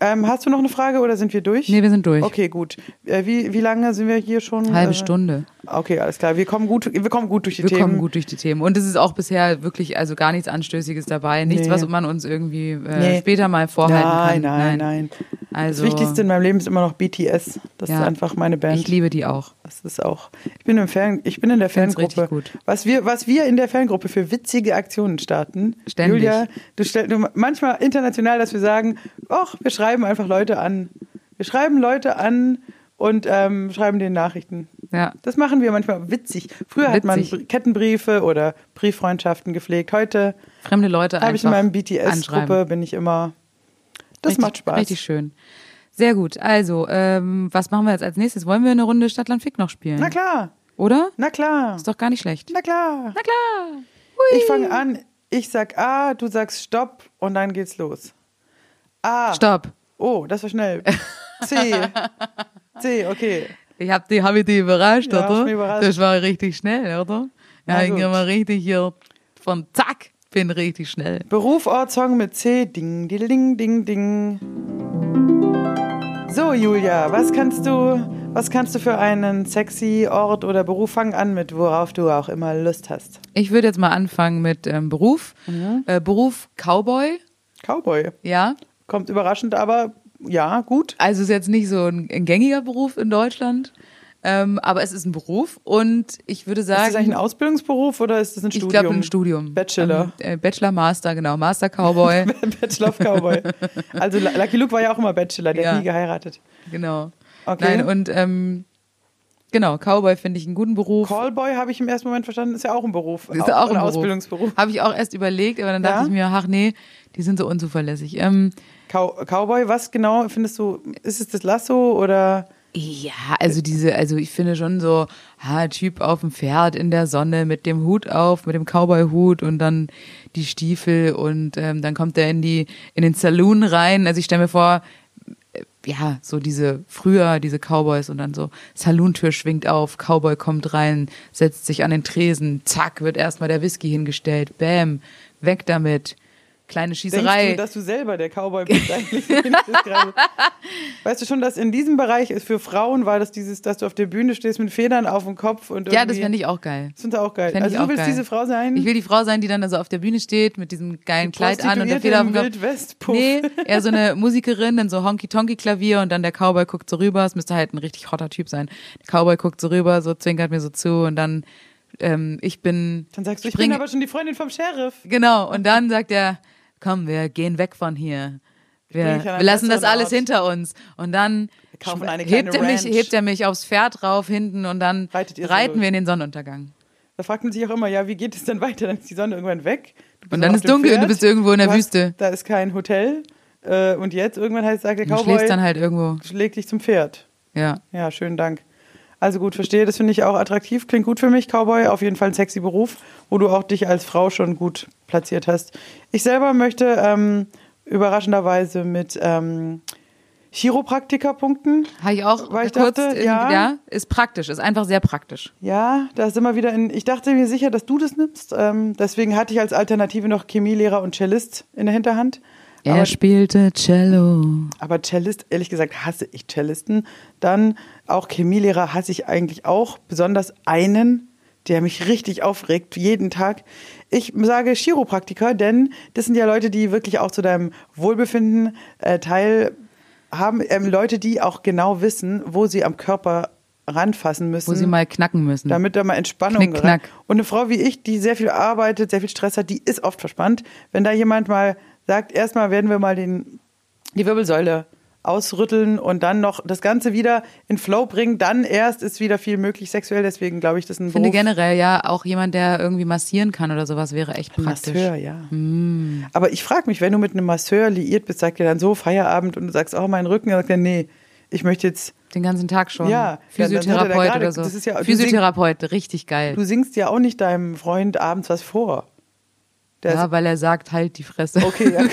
Speaker 2: Ähm, hast du noch eine Frage oder sind wir durch?
Speaker 1: Nee, wir sind durch.
Speaker 2: Okay, gut. Äh, wie, wie lange sind wir hier schon?
Speaker 1: Halbe
Speaker 2: Äh,
Speaker 1: Stunde.
Speaker 2: Okay, alles klar. Wir kommen gut, wir kommen gut durch die
Speaker 1: Wir
Speaker 2: Themen.
Speaker 1: kommen gut durch die Themen. Und es ist auch bisher wirklich also gar nichts Anstößiges dabei. Nichts,
Speaker 2: Nee.
Speaker 1: was man uns irgendwie äh,
Speaker 2: Nee.
Speaker 1: später mal vorhalten
Speaker 2: Nein, nein,
Speaker 1: kann.
Speaker 2: nein,
Speaker 1: Also,
Speaker 2: das Wichtigste in meinem Leben ist immer noch BTS. Das
Speaker 1: Ja.
Speaker 2: ist einfach meine Band.
Speaker 1: ich liebe die auch.
Speaker 2: das ist auch. Ich bin im Fan, ich bin in der
Speaker 1: Find's
Speaker 2: Fangruppe.
Speaker 1: richtig gut.
Speaker 2: Was wir, was wir in der Fangruppe für witzige Aktionen starten.
Speaker 1: Ständig.
Speaker 2: Julia, du stellst du, manchmal international, dass wir sagen, ach, wir schreiben einfach Leute an. Wir schreiben Leute an und ähm, schreiben denen Nachrichten.
Speaker 1: Ja.
Speaker 2: Das machen wir manchmal witzig. Früher hat man
Speaker 1: Witzig.
Speaker 2: Br- Kettenbriefe oder Brieffreundschaften gepflegt. Heute
Speaker 1: Fremde Leute
Speaker 2: habe ich in
Speaker 1: einfach
Speaker 2: meinem
Speaker 1: anschreiben.
Speaker 2: BTS-Gruppe bin ich immer. Das
Speaker 1: richtig,
Speaker 2: macht Spaß.
Speaker 1: Richtig schön. Sehr gut. Also, ähm, was machen wir jetzt als nächstes? Wollen wir eine Runde Stadtland Fick noch spielen?
Speaker 2: Na klar,
Speaker 1: Oder?
Speaker 2: na klar,
Speaker 1: Ist doch gar nicht schlecht.
Speaker 2: na klar.
Speaker 1: Na klar.
Speaker 2: Ich fange an, ich sag A, du sagst Stopp und dann geht's los. A.
Speaker 1: Stopp.
Speaker 2: Oh, das war schnell. C. C, okay.
Speaker 1: Ich hab die, hab ich die überrascht,
Speaker 2: Ja, hast
Speaker 1: oder?
Speaker 2: mich überrascht.
Speaker 1: Das war richtig schnell, oder? Ja,
Speaker 2: Na
Speaker 1: ich
Speaker 2: gut.
Speaker 1: bin mal richtig hier von Zack, bin richtig schnell.
Speaker 2: Beruf, Ort, Song mit C. Ding, ding, ding, ding, ding. So, Julia, was kannst du, was kannst du für einen sexy Ort oder Beruf fangen an mit, worauf du auch immer Lust hast?
Speaker 1: Ich würde jetzt mal anfangen mit ähm, Beruf.
Speaker 2: Mhm.
Speaker 1: Äh, Beruf Cowboy,
Speaker 2: Cowboy.
Speaker 1: ja.
Speaker 2: Kommt überraschend, aber ja, gut.
Speaker 1: Also ist jetzt nicht so ein, ein gängiger Beruf in Deutschland, ähm, aber es ist ein Beruf und ich würde
Speaker 2: Ist das
Speaker 1: sagen,
Speaker 2: eigentlich ein Ausbildungsberuf oder ist das ein
Speaker 1: ich
Speaker 2: Studium?
Speaker 1: glaube ein Studium. Mhm.
Speaker 2: Bachelor.
Speaker 1: Ähm, äh, Bachelor, Master, genau. Master Cowboy,
Speaker 2: Bachelor of Cowboy. Also Lu- Lucky Luke war ja auch immer Bachelor, der
Speaker 1: Ja.
Speaker 2: hat nie geheiratet.
Speaker 1: genau.
Speaker 2: Okay.
Speaker 1: Nein, und ähm, genau, Cowboy finde ich einen guten Beruf.
Speaker 2: Callboy habe ich im ersten Moment verstanden, ist ja auch ein Beruf.
Speaker 1: Ist auch ein Beruf.
Speaker 2: Ausbildungsberuf.
Speaker 1: Habe ich auch erst überlegt, aber dann
Speaker 2: Ja?
Speaker 1: dachte ich mir, ach nee, die sind so unzuverlässig. Ähm,
Speaker 2: Cow Cowboy, was genau findest du, ist es das Lasso oder
Speaker 1: Ja, also diese, also ich finde schon so, ha, Typ auf dem Pferd in der Sonne mit dem Hut auf, mit dem Cowboy-Hut und dann die Stiefel und ähm, dann kommt er in die, in den Saloon rein. Also ich stelle mir vor, äh, ja, so diese früher, diese Cowboys und dann so, Salontür schwingt auf, Cowboy kommt rein, setzt sich an den Tresen, zack, wird erstmal der Whisky hingestellt, bam, weg damit. Kleine
Speaker 2: denkst du,
Speaker 1: Schießerei.
Speaker 2: dass du selber der Cowboy bist eigentlich? Wenn ich das gerade- weißt du schon, dass in diesem Bereich ist für Frauen war das dieses, dass du auf der Bühne stehst mit Federn auf dem Kopf und
Speaker 1: ja, das
Speaker 2: irgendwie-
Speaker 1: fände ich auch geil.
Speaker 2: Das finde ich auch geil.
Speaker 1: Fänd ich
Speaker 2: Also du
Speaker 1: auch
Speaker 2: willst
Speaker 1: geil.
Speaker 2: diese Frau sein?
Speaker 1: Ich will die Frau sein, die dann also auf der Bühne steht mit diesem geilen Kleid an und der Feder auf dem Kopf.
Speaker 2: Wildwest
Speaker 1: Nee, eher so eine Musikerin, dann so Honky-Tonky-Klavier und dann der Cowboy guckt so rüber. Es müsste halt ein richtig hotter Typ sein. Der Cowboy guckt so rüber, so zwinkert mir so zu und dann ähm, ich bin.
Speaker 2: Dann sagst du, ich
Speaker 1: spring-
Speaker 2: bin aber schon die Freundin vom Sheriff.
Speaker 1: Genau, und dann sagt er, komm, wir gehen weg von hier.
Speaker 2: bring
Speaker 1: Wir,
Speaker 2: dich an einen
Speaker 1: wir lassen das
Speaker 2: besseren
Speaker 1: alles
Speaker 2: Ort.
Speaker 1: hinter uns. Und dann
Speaker 2: kaufen eine kleine
Speaker 1: hebt er, mich,
Speaker 2: Ranch.
Speaker 1: hebt er mich aufs Pferd rauf hinten und dann
Speaker 2: Reitet ihr so
Speaker 1: reiten
Speaker 2: durch.
Speaker 1: wir in den Sonnenuntergang.
Speaker 2: Da fragt man sich auch immer, ja, wie geht es denn weiter? Dann ist die Sonne irgendwann weg. Du bist
Speaker 1: Und
Speaker 2: noch
Speaker 1: dann
Speaker 2: auf
Speaker 1: ist
Speaker 2: dem
Speaker 1: dunkel und du
Speaker 2: Pferd.
Speaker 1: bist irgendwo in der
Speaker 2: Du hast-
Speaker 1: Wüste.
Speaker 2: Da ist kein Hotel. Äh, und jetzt irgendwann heißt, sagt der
Speaker 1: Du
Speaker 2: Cowboy,
Speaker 1: schläfst dann halt irgendwo.
Speaker 2: schlägt dich zum Pferd.
Speaker 1: Ja.
Speaker 2: Ja, schönen Dank. Also gut, verstehe. Das finde ich auch attraktiv. Klingt gut für mich, Cowboy. Auf jeden Fall ein sexy Beruf, wo du auch dich als Frau schon gut platziert hast. Ich selber möchte ähm, überraschenderweise mit ähm, Chiropraktiker punkten.
Speaker 1: Habe ich auch
Speaker 2: Weil ich
Speaker 1: kurz,
Speaker 2: dachte,
Speaker 1: in,
Speaker 2: ja.
Speaker 1: ist praktisch, ist einfach sehr praktisch.
Speaker 2: Ja, da sind wir wieder in. Ich dachte mir sicher, dass du das nimmst. Ähm, deswegen hatte ich als Alternative noch Chemielehrer und Cellist in der Hinterhand.
Speaker 1: Er
Speaker 2: Aber,
Speaker 1: spielte Cello.
Speaker 2: aber Cellist, ehrlich gesagt, hasse ich Cellisten. Dann auch Chemielehrer hasse ich eigentlich auch. Besonders einen, der mich richtig aufregt, jeden Tag. Ich sage Chiropraktiker, denn das sind ja Leute, die wirklich auch zu deinem Wohlbefinden äh, teil haben. Ähm, Leute, die auch genau wissen, wo sie am Körper ranfassen müssen.
Speaker 1: Wo sie mal knacken müssen.
Speaker 2: Mhm. Damit da mal Entspannung
Speaker 1: Hm. Knick,
Speaker 2: rein-
Speaker 1: knack.
Speaker 2: Und eine Frau wie ich, die sehr viel arbeitet, sehr viel Stress hat, die ist oft verspannt. Wenn da jemand mal sagt, erstmal werden wir mal den die Wirbelsäule ausrütteln und dann noch das Ganze wieder in Flow bringen, dann erst ist wieder viel möglich sexuell. Deswegen glaube ich, das ist ein
Speaker 1: Ich finde
Speaker 2: Beruf.
Speaker 1: generell ja auch jemand, der irgendwie massieren kann oder sowas, wäre echt praktisch. Hm.
Speaker 2: Masseur, ja. Aber ich frage mich, wenn du mit einem Masseur liiert bist, sagt er dann so Feierabend und du sagst, oh, mein Rücken, dann sagt er, nee, ich möchte jetzt,
Speaker 1: Den ganzen Tag schon.
Speaker 2: Ja, dann hat er da
Speaker 1: Physiotherapeut
Speaker 2: gerade-
Speaker 1: oder so.
Speaker 2: das ist ja-
Speaker 1: Physiotherapeut, richtig geil.
Speaker 2: du singst ja auch nicht deinem Freund abends was vor. Der
Speaker 1: Ja, weil er sagt, halt die Fresse.
Speaker 2: Okay, ja.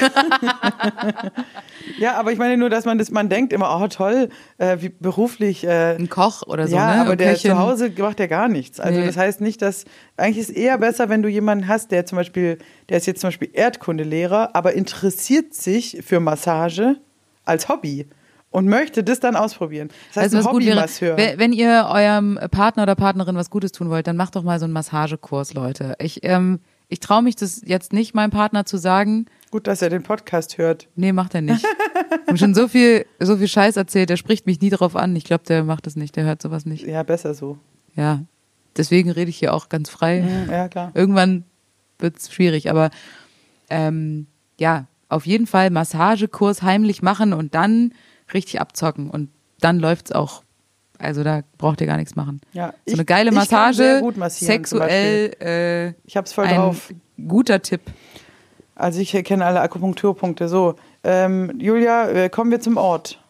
Speaker 2: ja, aber ich meine nur, dass man das, man denkt immer, oh toll, äh, wie beruflich. Äh,
Speaker 1: Ein Koch oder so,
Speaker 2: ja,
Speaker 1: ne?
Speaker 2: aber der
Speaker 1: Köchin.
Speaker 2: zu Hause macht ja gar nichts. Also
Speaker 1: Nee.
Speaker 2: das heißt nicht, dass eigentlich ist eher besser, wenn du jemanden hast, der zum Beispiel, der ist jetzt zum Beispiel Erdkundelehrer, aber interessiert sich für Massage als Hobby und möchte das dann ausprobieren. Das
Speaker 1: Weißt
Speaker 2: heißt,
Speaker 1: du, Also was
Speaker 2: ein
Speaker 1: gut wäre?
Speaker 2: Hobbymasseur.
Speaker 1: Wenn- Wenn ihr eurem Partner oder Partnerin was Gutes tun wollt, dann macht doch mal so einen Massagekurs, Leute. Ich, ähm, ich traue mich das jetzt nicht, meinem Partner zu sagen,
Speaker 2: Gut, dass er den Podcast hört.
Speaker 1: nee, macht er nicht. Ich habe schon so viel, so viel Scheiß erzählt, der spricht mich nie drauf an. Ich glaube, der macht das nicht, der hört sowas nicht.
Speaker 2: Ja, besser so.
Speaker 1: Ja, deswegen rede ich hier auch ganz frei.
Speaker 2: Ja, klar.
Speaker 1: Irgendwann wird's schwierig, aber ähm, ja, auf jeden Fall Massagekurs heimlich machen und dann richtig abzocken und dann läuft's auch. Also da braucht ihr gar nichts machen.
Speaker 2: Ja,
Speaker 1: so
Speaker 2: ich-
Speaker 1: eine geile
Speaker 2: ich kann
Speaker 1: Massage,
Speaker 2: sehr gut massieren,
Speaker 1: sexuell äh,
Speaker 2: Ich hab's voll
Speaker 1: ein
Speaker 2: drauf.
Speaker 1: guter Tipp.
Speaker 2: Also ich kenne alle Akupunkturpunkte. So, ähm, Julia, äh, kommen wir zum Ort.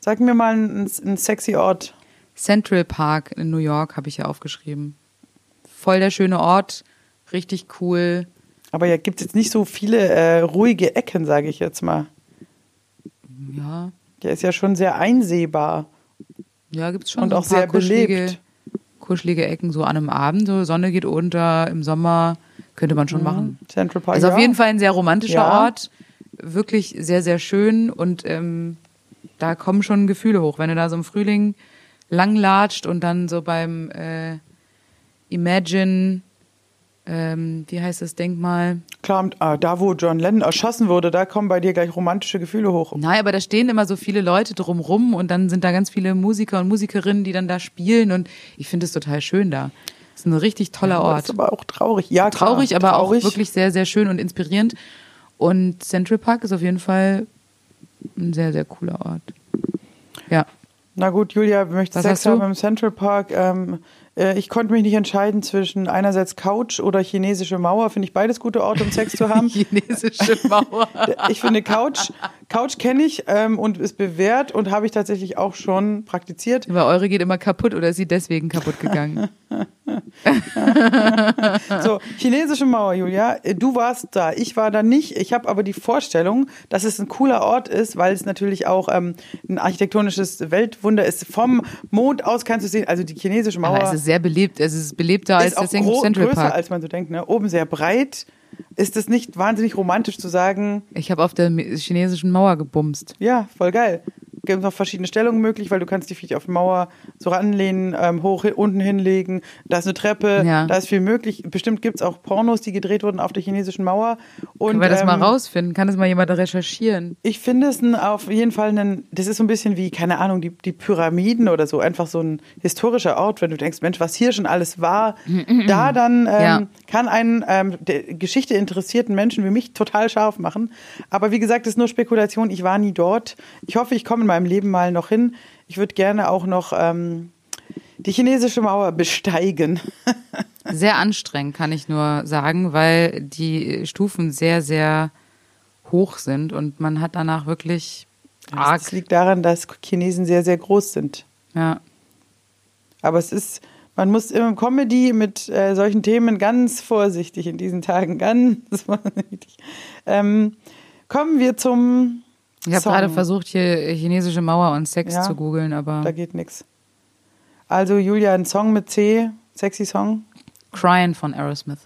Speaker 2: Sag mir mal einen, einen sexy Ort.
Speaker 1: Central Park in New York habe ich ja aufgeschrieben. Voll der schöne Ort, richtig cool.
Speaker 2: Aber ja, gibt jetzt nicht so viele äh, ruhige Ecken, sage ich jetzt mal.
Speaker 1: Ja,
Speaker 2: Der ist ja schon sehr einsehbar.
Speaker 1: Ja, gibt's schon
Speaker 2: Und
Speaker 1: so ein
Speaker 2: auch
Speaker 1: paar
Speaker 2: sehr
Speaker 1: kuschelige,
Speaker 2: belebt.
Speaker 1: kuschelige Ecken so an einem Abend. So Sonne geht unter, im Sommer könnte man schon machen.
Speaker 2: Central Park.
Speaker 1: Also
Speaker 2: Mhm. ja.
Speaker 1: auf jeden Fall ein sehr romantischer
Speaker 2: Ja.
Speaker 1: Ort, wirklich sehr sehr schön und ähm, da kommen schon Gefühle hoch, wenn du da so im Frühling langlatscht und dann so beim äh, Imagine, ähm, wie heißt das Denkmal?
Speaker 2: Klar, und, ah, da wo John Lennon erschossen wurde, da kommen bei dir gleich romantische Gefühle hoch.
Speaker 1: Nein, aber da stehen immer so viele Leute drumrum und dann sind da ganz viele Musiker und Musikerinnen, die dann da spielen und ich finde es total schön da. Es ist ein richtig toller
Speaker 2: Aber Das
Speaker 1: Ort.
Speaker 2: ist aber auch traurig. Ja, klar,
Speaker 1: Traurig, aber
Speaker 2: traurig.
Speaker 1: auch wirklich sehr, sehr schön und inspirierend. Und Central Park ist auf jeden Fall ein sehr, sehr cooler Ort. Ja.
Speaker 2: Na gut, Julia, wir möchten
Speaker 1: Was
Speaker 2: Sex
Speaker 1: hast du?
Speaker 2: haben im Central Park. Ähm, äh, ich konnte mich nicht entscheiden zwischen einerseits Couch oder chinesische Mauer. Finde ich beides gute Orte, um Sex zu haben.
Speaker 1: Chinesische Mauer.
Speaker 2: Ich finde Couch, Couch kenne ich ähm, und ist bewährt und habe ich tatsächlich auch schon praktiziert.
Speaker 1: Weil eure geht immer kaputt oder ist sie deswegen kaputt gegangen?
Speaker 2: So, chinesische Mauer, Julia, äh, du warst da, ich war da nicht. Ich habe aber die Vorstellung, dass es ein cooler Ort ist, weil es natürlich auch ähm, ein architektonisches Weltwunder ist. Vom Mond aus kannst du sehen, also die chinesische Mauer.
Speaker 1: Aber es ist sehr belebt. Es ist belebter als
Speaker 2: ist auch
Speaker 1: das Ding
Speaker 2: gro-
Speaker 1: im Central
Speaker 2: größer,
Speaker 1: Park.
Speaker 2: als man so denkt. Ne? Oben sehr breit. Ist es nicht wahnsinnig romantisch zu sagen,
Speaker 1: Ich habe auf der chinesischen Mauer gebumst.
Speaker 2: ja, voll geil. Gibt noch verschiedene Stellungen möglich, weil du kannst dich viel auf die Mauer so ranlehnen, ähm, hoch, hin- unten hinlegen. Da ist eine Treppe,
Speaker 1: Ja.
Speaker 2: da ist viel möglich. Bestimmt gibt es auch Pornos, die gedreht wurden auf der chinesischen Mauer. Und,
Speaker 1: Können wir das mal
Speaker 2: ähm,
Speaker 1: rausfinden? Kann das mal jemand recherchieren?
Speaker 2: Ich finde es ein, auf jeden Fall ein, das ist so ein bisschen wie, keine Ahnung, die, die Pyramiden oder so, einfach so ein historischer Ort, wenn du denkst, Mensch, was hier schon alles war, da dann ähm,
Speaker 1: Mhm, Ja.
Speaker 2: kann einen ähm, der Geschichte interessierten Menschen wie mich total scharf machen. Aber wie gesagt, das ist nur Spekulation, ich war nie dort. Ich hoffe, ich komme in meinem Leben mal noch hin. Ich würde gerne auch noch ähm, die chinesische Mauer besteigen.
Speaker 1: Sehr anstrengend, kann ich nur sagen, weil die Stufen sehr, sehr hoch sind und man hat danach wirklich arg.
Speaker 2: Das liegt daran, dass Chinesen sehr, sehr groß sind.
Speaker 1: Ja.
Speaker 2: Aber es ist, man muss im Comedy mit äh, solchen Themen ganz vorsichtig in diesen Tagen, ganz vorsichtig. Ähm, kommen wir zum.
Speaker 1: Ich habe
Speaker 2: Song.
Speaker 1: gerade versucht, hier chinesische Mauer und Sex
Speaker 2: Ja.
Speaker 1: zu googeln, aber
Speaker 2: Da geht nichts. Also, Julia, ein Song mit C, sexy Song.
Speaker 1: Crying von Aerosmith.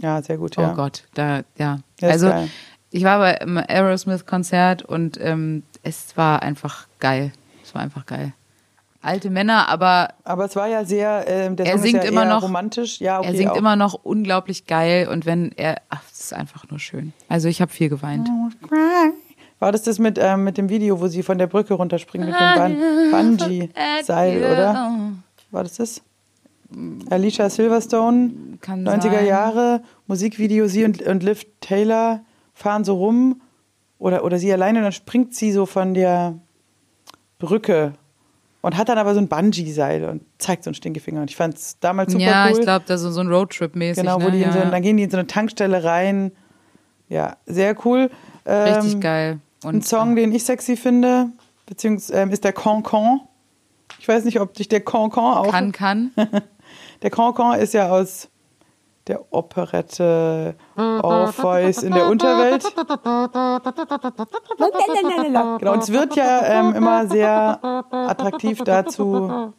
Speaker 2: Ja, sehr gut, ja.
Speaker 1: Oh Gott, da, ja.
Speaker 2: Ja, ist
Speaker 1: also,
Speaker 2: geil.
Speaker 1: ich war bei einem Aerosmith-Konzert und ähm, es war einfach geil. Es war einfach geil. Alte Männer, aber
Speaker 2: Aber es war ja sehr, ähm, der
Speaker 1: Er
Speaker 2: Song
Speaker 1: singt
Speaker 2: ist ja
Speaker 1: immer
Speaker 2: eher
Speaker 1: noch-
Speaker 2: romantisch. Ja, okay,
Speaker 1: er singt
Speaker 2: auch.
Speaker 1: immer noch unglaublich geil und wenn er, ach, es ist einfach nur schön. Also ich habe viel geweint.
Speaker 2: War das das mit, ähm, mit dem Video, wo sie von der Brücke runterspringen mit dem Ban
Speaker 1: Äh,
Speaker 2: Bungee-Seil, oder?
Speaker 1: oh.
Speaker 2: War das das? Alicia Silverstone.
Speaker 1: Kann
Speaker 2: 90er
Speaker 1: sein.
Speaker 2: Jahre, Musikvideo, sie und, und Liv Taylor fahren so rum oder, oder sie alleine, dann springt sie so von der Brücke und hat dann aber so ein Bungee-Seil und zeigt so einen Stinkefinger. Und ich fand es damals super
Speaker 1: ja,
Speaker 2: cool.
Speaker 1: ich glaube, das ist so ein Roadtrip-mäßig.
Speaker 2: Genau,
Speaker 1: ne?
Speaker 2: wo die
Speaker 1: ja.
Speaker 2: in so, dann gehen die in so eine Tankstelle rein. Ja, sehr cool. Ähm,
Speaker 1: Richtig geil. äh,
Speaker 2: Ein Song, den ich sexy finde, beziehungsweise ähm, ist der Cancan. Ich weiß nicht, ob dich der Cancan auch.
Speaker 1: äh, Kann, kann.
Speaker 2: Der Cancan ist ja aus der Operette Orpheus in der Unterwelt. Genau, und es wird ja ähm, immer sehr attraktiv dazu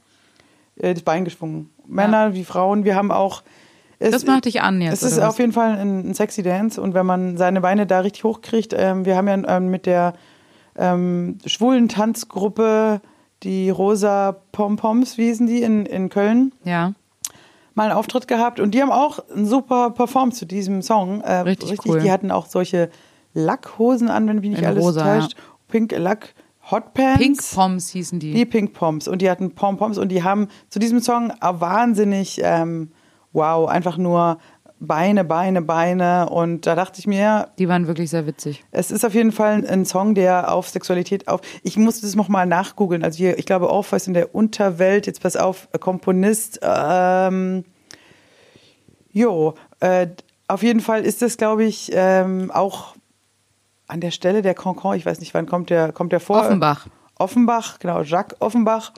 Speaker 2: äh, das Bein geschwungen. Männer wie Frauen, wir haben auch. Es,
Speaker 1: Das macht dich an jetzt.
Speaker 2: es ist
Speaker 1: oder was?
Speaker 2: auf jeden Fall ein, ein sexy Dance und wenn man seine Beine da richtig hochkriegt, ähm, wir haben ja ähm, mit der ähm, schwulen Tanzgruppe die Rosa Pompoms, wie hießen die, in, in Köln,
Speaker 1: ja.
Speaker 2: mal einen Auftritt gehabt und die haben auch einen super Perform zu diesem Song. Äh,
Speaker 1: Richtig cool.
Speaker 2: Die hatten auch solche Lackhosen an, wenn mich nicht
Speaker 1: In
Speaker 2: alles
Speaker 1: rosa,
Speaker 2: täuscht. Pink Lack Hotpants.
Speaker 1: Pink Poms hießen die.
Speaker 2: Die Pink Poms und die hatten Pompoms und die haben zu diesem Song auch wahnsinnig, ähm, wow, einfach nur Beine, Beine, Beine. Und da dachte ich mir,
Speaker 1: Die waren wirklich sehr witzig.
Speaker 2: es ist auf jeden Fall ein Song, der auf Sexualität auf. Ich musste das nochmal nachgoogeln. Also hier, ich glaube, Orpheus in der Unterwelt, jetzt pass auf, äh, Komponist, ähm, jo, äh, auf jeden Fall ist das, glaube ich, ähm, auch an der Stelle der Cancan, ich weiß nicht, wann kommt der, kommt der vor?
Speaker 1: Offenbach.
Speaker 2: Offenbach, genau, Jacques Offenbach,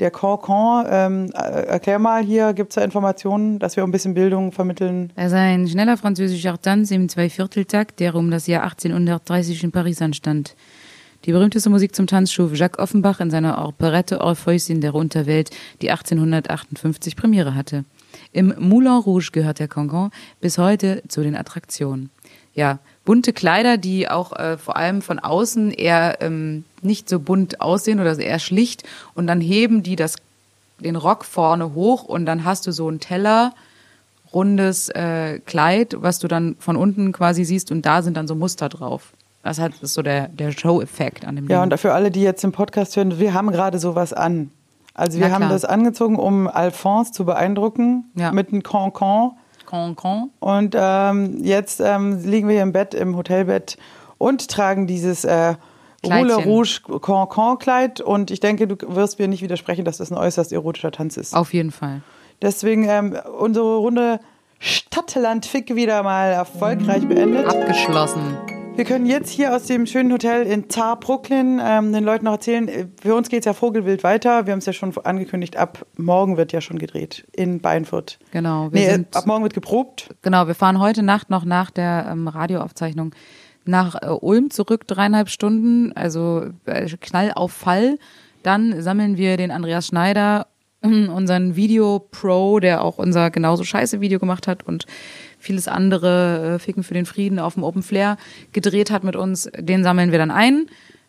Speaker 2: der Cancan. Ähm, äh, erklär mal hier, gibt es da Informationen, dass wir auch ein bisschen Bildung vermitteln?
Speaker 3: Er sei ein schneller französischer Tanz im Zweivierteltakt, der um das Jahr 1830 in Paris anstand. Die berühmteste Musik zum Tanz schuf Jacques Offenbach in seiner Operette Orpheus in der Unterwelt, die 1858 Premiere hatte. Im Moulin Rouge gehört der Cancan bis heute zu den Attraktionen.
Speaker 1: Ja, bunte Kleider, die auch äh, vor allem von außen eher ähm, nicht so bunt aussehen oder eher schlicht. Und dann heben die das, den Rock vorne hoch und dann hast du so einen Teller, rundes äh, Kleid, was du dann von unten quasi siehst und da sind dann so Muster drauf. Das hat, ist so der, der Show-Effekt an dem
Speaker 2: Ja,
Speaker 1: Ding.
Speaker 2: und für alle, die jetzt den Podcast hören, wir haben gerade sowas an. Also wir
Speaker 1: Na
Speaker 2: haben
Speaker 1: klar.
Speaker 2: das angezogen, um Alphonse zu beeindrucken
Speaker 1: Ja.
Speaker 2: mit einem Cancan.
Speaker 1: Con, con.
Speaker 2: Und ähm, jetzt ähm, liegen wir hier im Bett, im Hotelbett und tragen dieses äh,
Speaker 1: Kleidchen.
Speaker 2: Roule Rouge Cancan-Kleid. Und ich denke, du wirst mir nicht widersprechen, dass das ein äußerst erotischer Tanz ist.
Speaker 1: Auf jeden Fall.
Speaker 2: Deswegen ähm, unsere Runde Stadtland-Fick wieder mal erfolgreich beendet.
Speaker 1: Abgeschlossen.
Speaker 2: Wir können jetzt hier aus dem schönen Hotel in Tar, Brooklyn, ähm, den Leuten noch erzählen, äh, für uns geht es ja Vogelwild weiter. Wir haben es ja schon angekündigt, ab morgen wird ja schon gedreht in Beinfurt.
Speaker 1: Genau, wir
Speaker 2: Nee, äh,
Speaker 1: sind-
Speaker 2: ab morgen wird geprobt.
Speaker 1: Genau, wir fahren heute Nacht noch nach der ähm, Radioaufzeichnung nach äh, Ulm zurück, dreieinhalb Stunden, also äh, Knall auf Fall. Dann sammeln wir den Andreas Schneider, ähm, unseren Video-Pro, der auch unser genauso scheiße Video gemacht hat und vieles andere äh, Ficken für den Frieden auf dem Open Flair gedreht hat mit uns. Den sammeln wir dann ein.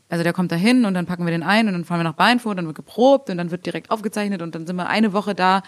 Speaker 1: Also der kommt da hin und dann packen wir den ein und dann fahren wir nach Beinfurt, dann wird geprobt und dann wird direkt aufgezeichnet und dann sind wir eine Woche da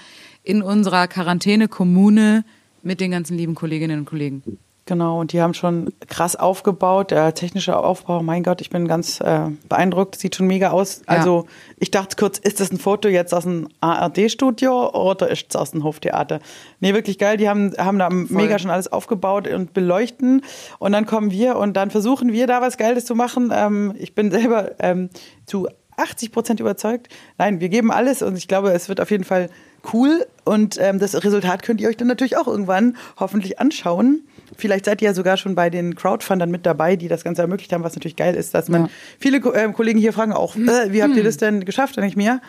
Speaker 1: in unserer Quarantäne-Kommune mit den ganzen lieben Kolleginnen und Kollegen.
Speaker 2: Genau, und die haben schon krass aufgebaut. Der technische Aufbau, mein Gott, ich bin ganz äh, beeindruckt. Sieht schon mega aus. Also, ich dachte kurz, ist das ein Foto jetzt aus dem ARD-Studio oder ist es aus dem Hoftheater? Nee, wirklich geil. Die haben, haben da mega schon alles aufgebaut und beleuchten. Und dann kommen wir und dann versuchen wir da was Geiles zu machen. Ähm, ich bin selber ähm, zu 80 Prozent überzeugt. Nein, wir geben alles und ich glaube, es wird auf jeden Fall cool. Und ähm, das Resultat könnt ihr euch dann natürlich auch irgendwann hoffentlich anschauen. Vielleicht seid ihr ja sogar schon bei den Crowdfundern mit dabei, die das Ganze ermöglicht haben, was natürlich geil ist, dass man
Speaker 1: Ja.
Speaker 2: viele Ko- ähm, Kollegen hier fragen auch, äh, wie habt ihr das denn geschafft? Dann denke ich mir,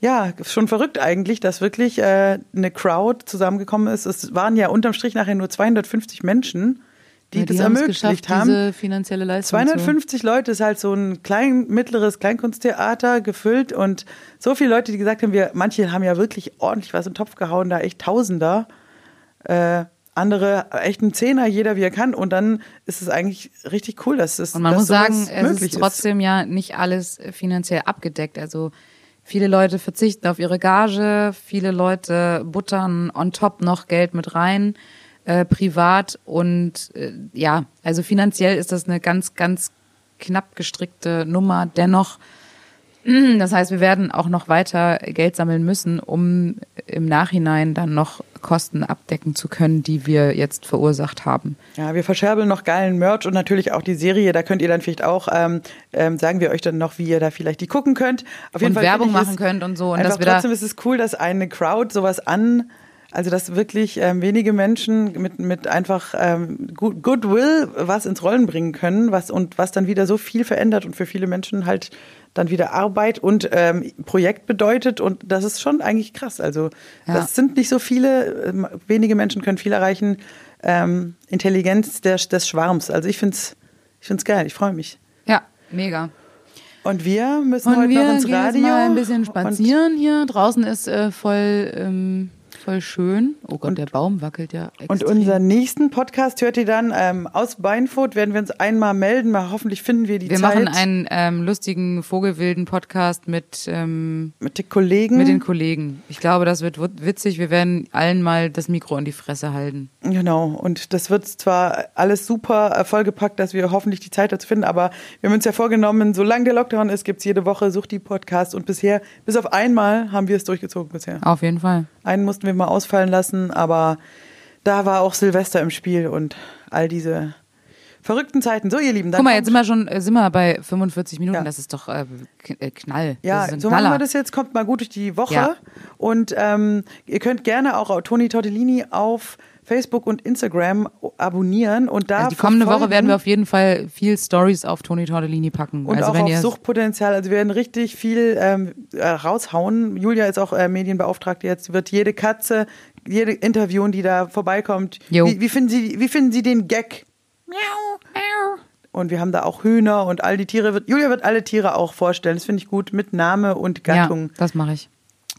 Speaker 2: ja, schon verrückt eigentlich, dass wirklich äh, eine Crowd zusammengekommen ist. Es waren ja unterm Strich nachher nur 250 Menschen, die,
Speaker 1: Ja,
Speaker 2: das
Speaker 1: haben's
Speaker 2: ermöglicht
Speaker 1: geschafft,
Speaker 2: haben.
Speaker 1: diese finanzielle Leistung. zu-
Speaker 2: 250 Leute ist halt so ein klein, mittleres Kleinkunsttheater gefüllt und so viele Leute, die gesagt haben, wir, manche haben ja wirklich ordentlich was in den Topf gehauen, da echt Tausender. Äh, andere echt ein Zehner, jeder wie er kann. Und dann ist es eigentlich richtig cool, dass es
Speaker 1: Und man
Speaker 2: dass
Speaker 1: muss sagen,
Speaker 2: sowas
Speaker 1: es
Speaker 2: möglich
Speaker 1: ist trotzdem ja nicht alles äh, finanziell abgedeckt. Also viele Leute verzichten auf ihre Gage, viele Leute buttern on top noch Geld mit rein, äh, privat und äh, ja, also finanziell ist das eine ganz, ganz knapp gestrickte Nummer. Dennoch, das heißt, wir werden auch noch weiter Geld sammeln müssen, um im Nachhinein dann noch Kosten abdecken zu können, die wir jetzt verursacht haben.
Speaker 2: Ja, wir verscherbeln noch geilen Merch und natürlich auch die Serie. Da könnt ihr dann vielleicht auch, ähm, ähm, sagen wir euch dann noch, wie ihr da vielleicht die gucken könnt. Auf
Speaker 1: Und Werbung
Speaker 2: finde ich
Speaker 1: machen
Speaker 2: es
Speaker 1: könnt und so. Und
Speaker 2: einfach
Speaker 1: dass wir da-
Speaker 2: trotzdem ist es cool, dass eine Crowd sowas an, also dass wirklich ähm, wenige Menschen mit, mit einfach ähm, Good- Goodwill was ins Rollen bringen können was, und was dann wieder so viel verändert und für viele Menschen halt dann wieder Arbeit und ähm, Projekt bedeutet. Und das ist schon eigentlich krass. Also
Speaker 1: Ja.
Speaker 2: das sind nicht so viele, ähm, wenige Menschen können viel erreichen. Ähm, Intelligenz des, des Schwarms. Also ich finde es ich find's geil, ich freue mich.
Speaker 1: Ja, mega.
Speaker 2: Und wir müssen
Speaker 1: Und
Speaker 2: heute
Speaker 1: wir
Speaker 2: noch ins
Speaker 1: gehen
Speaker 2: Radio.
Speaker 1: jetzt mal ein bisschen
Speaker 2: und-
Speaker 1: spazieren hier. Draußen ist äh, voll, ähm, voll schön. Oh Gott, der Baum wackelt ja extrem.
Speaker 2: Und unseren nächsten Podcast hört ihr dann ähm, aus Beinfurt. Werden wir uns einmal melden. Mal hoffentlich finden wir die
Speaker 1: wir
Speaker 2: Zeit
Speaker 1: machen einen ähm, lustigen Vogelwilden-Podcast mit, ähm,
Speaker 2: mit den Kollegen.
Speaker 1: mit den Kollegen. Ich glaube, das wird wut- witzig. Wir werden allen mal das Mikro in die Fresse halten.
Speaker 2: genau. Und das wird zwar alles super äh, vollgepackt, dass wir hoffentlich die Zeit dazu finden. Aber wir haben uns ja vorgenommen, solange der Lockdown ist, gibt's jede Woche Sucht die Podcast. Und bisher, bis auf einmal, haben wir es durchgezogen bisher.
Speaker 1: Auf jeden Fall.
Speaker 2: Einen mussten wir mal ausfallen lassen, aber da war auch Silvester im Spiel und all diese verrückten Zeiten. So, ihr Lieben, dann
Speaker 1: Guck mal,
Speaker 2: kommt-
Speaker 1: jetzt sind wir schon äh, sind wir bei 45 Minuten.
Speaker 2: Ja.
Speaker 1: Das ist doch äh, K- äh, Knall.
Speaker 2: Ja,
Speaker 1: das ist ein
Speaker 2: so machen
Speaker 1: Knaller.
Speaker 2: wir das jetzt. Kommt mal gut durch die Woche.
Speaker 1: Ja.
Speaker 2: Und ähm, ihr könnt gerne auch Toni Tortellini auf Facebook und Instagram abonnieren. Und da
Speaker 1: Also die kommende
Speaker 2: verfolgen
Speaker 1: Woche werden wir auf jeden Fall viel Stories auf Toni Tortellini packen.
Speaker 2: hm. und
Speaker 1: also
Speaker 2: auch
Speaker 1: wenn
Speaker 2: auf
Speaker 1: ihr
Speaker 2: Suchtpotenzial. Also wir werden richtig viel ähm, äh, raushauen. Julia ist auch äh, Medienbeauftragte jetzt. Wird jede Katze, jede interviewen, die da vorbeikommt.
Speaker 1: Jo.
Speaker 2: Wie, wie, finden Sie, wie finden Sie den Gag? Und wir haben da auch Hühner und all die Tiere. Wird, Julia wird alle Tiere auch vorstellen. Das finde ich gut mit Name und Gattung.
Speaker 1: ja, das mache ich.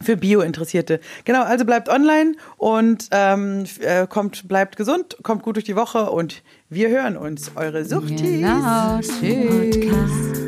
Speaker 2: Für Bio-Interessierte. Genau, also bleibt online und ähm, f- äh, kommt, bleibt gesund, kommt gut durch die Woche und wir hören uns. Eure Suchtis.
Speaker 1: Genau, tschüss.
Speaker 4: Podcast.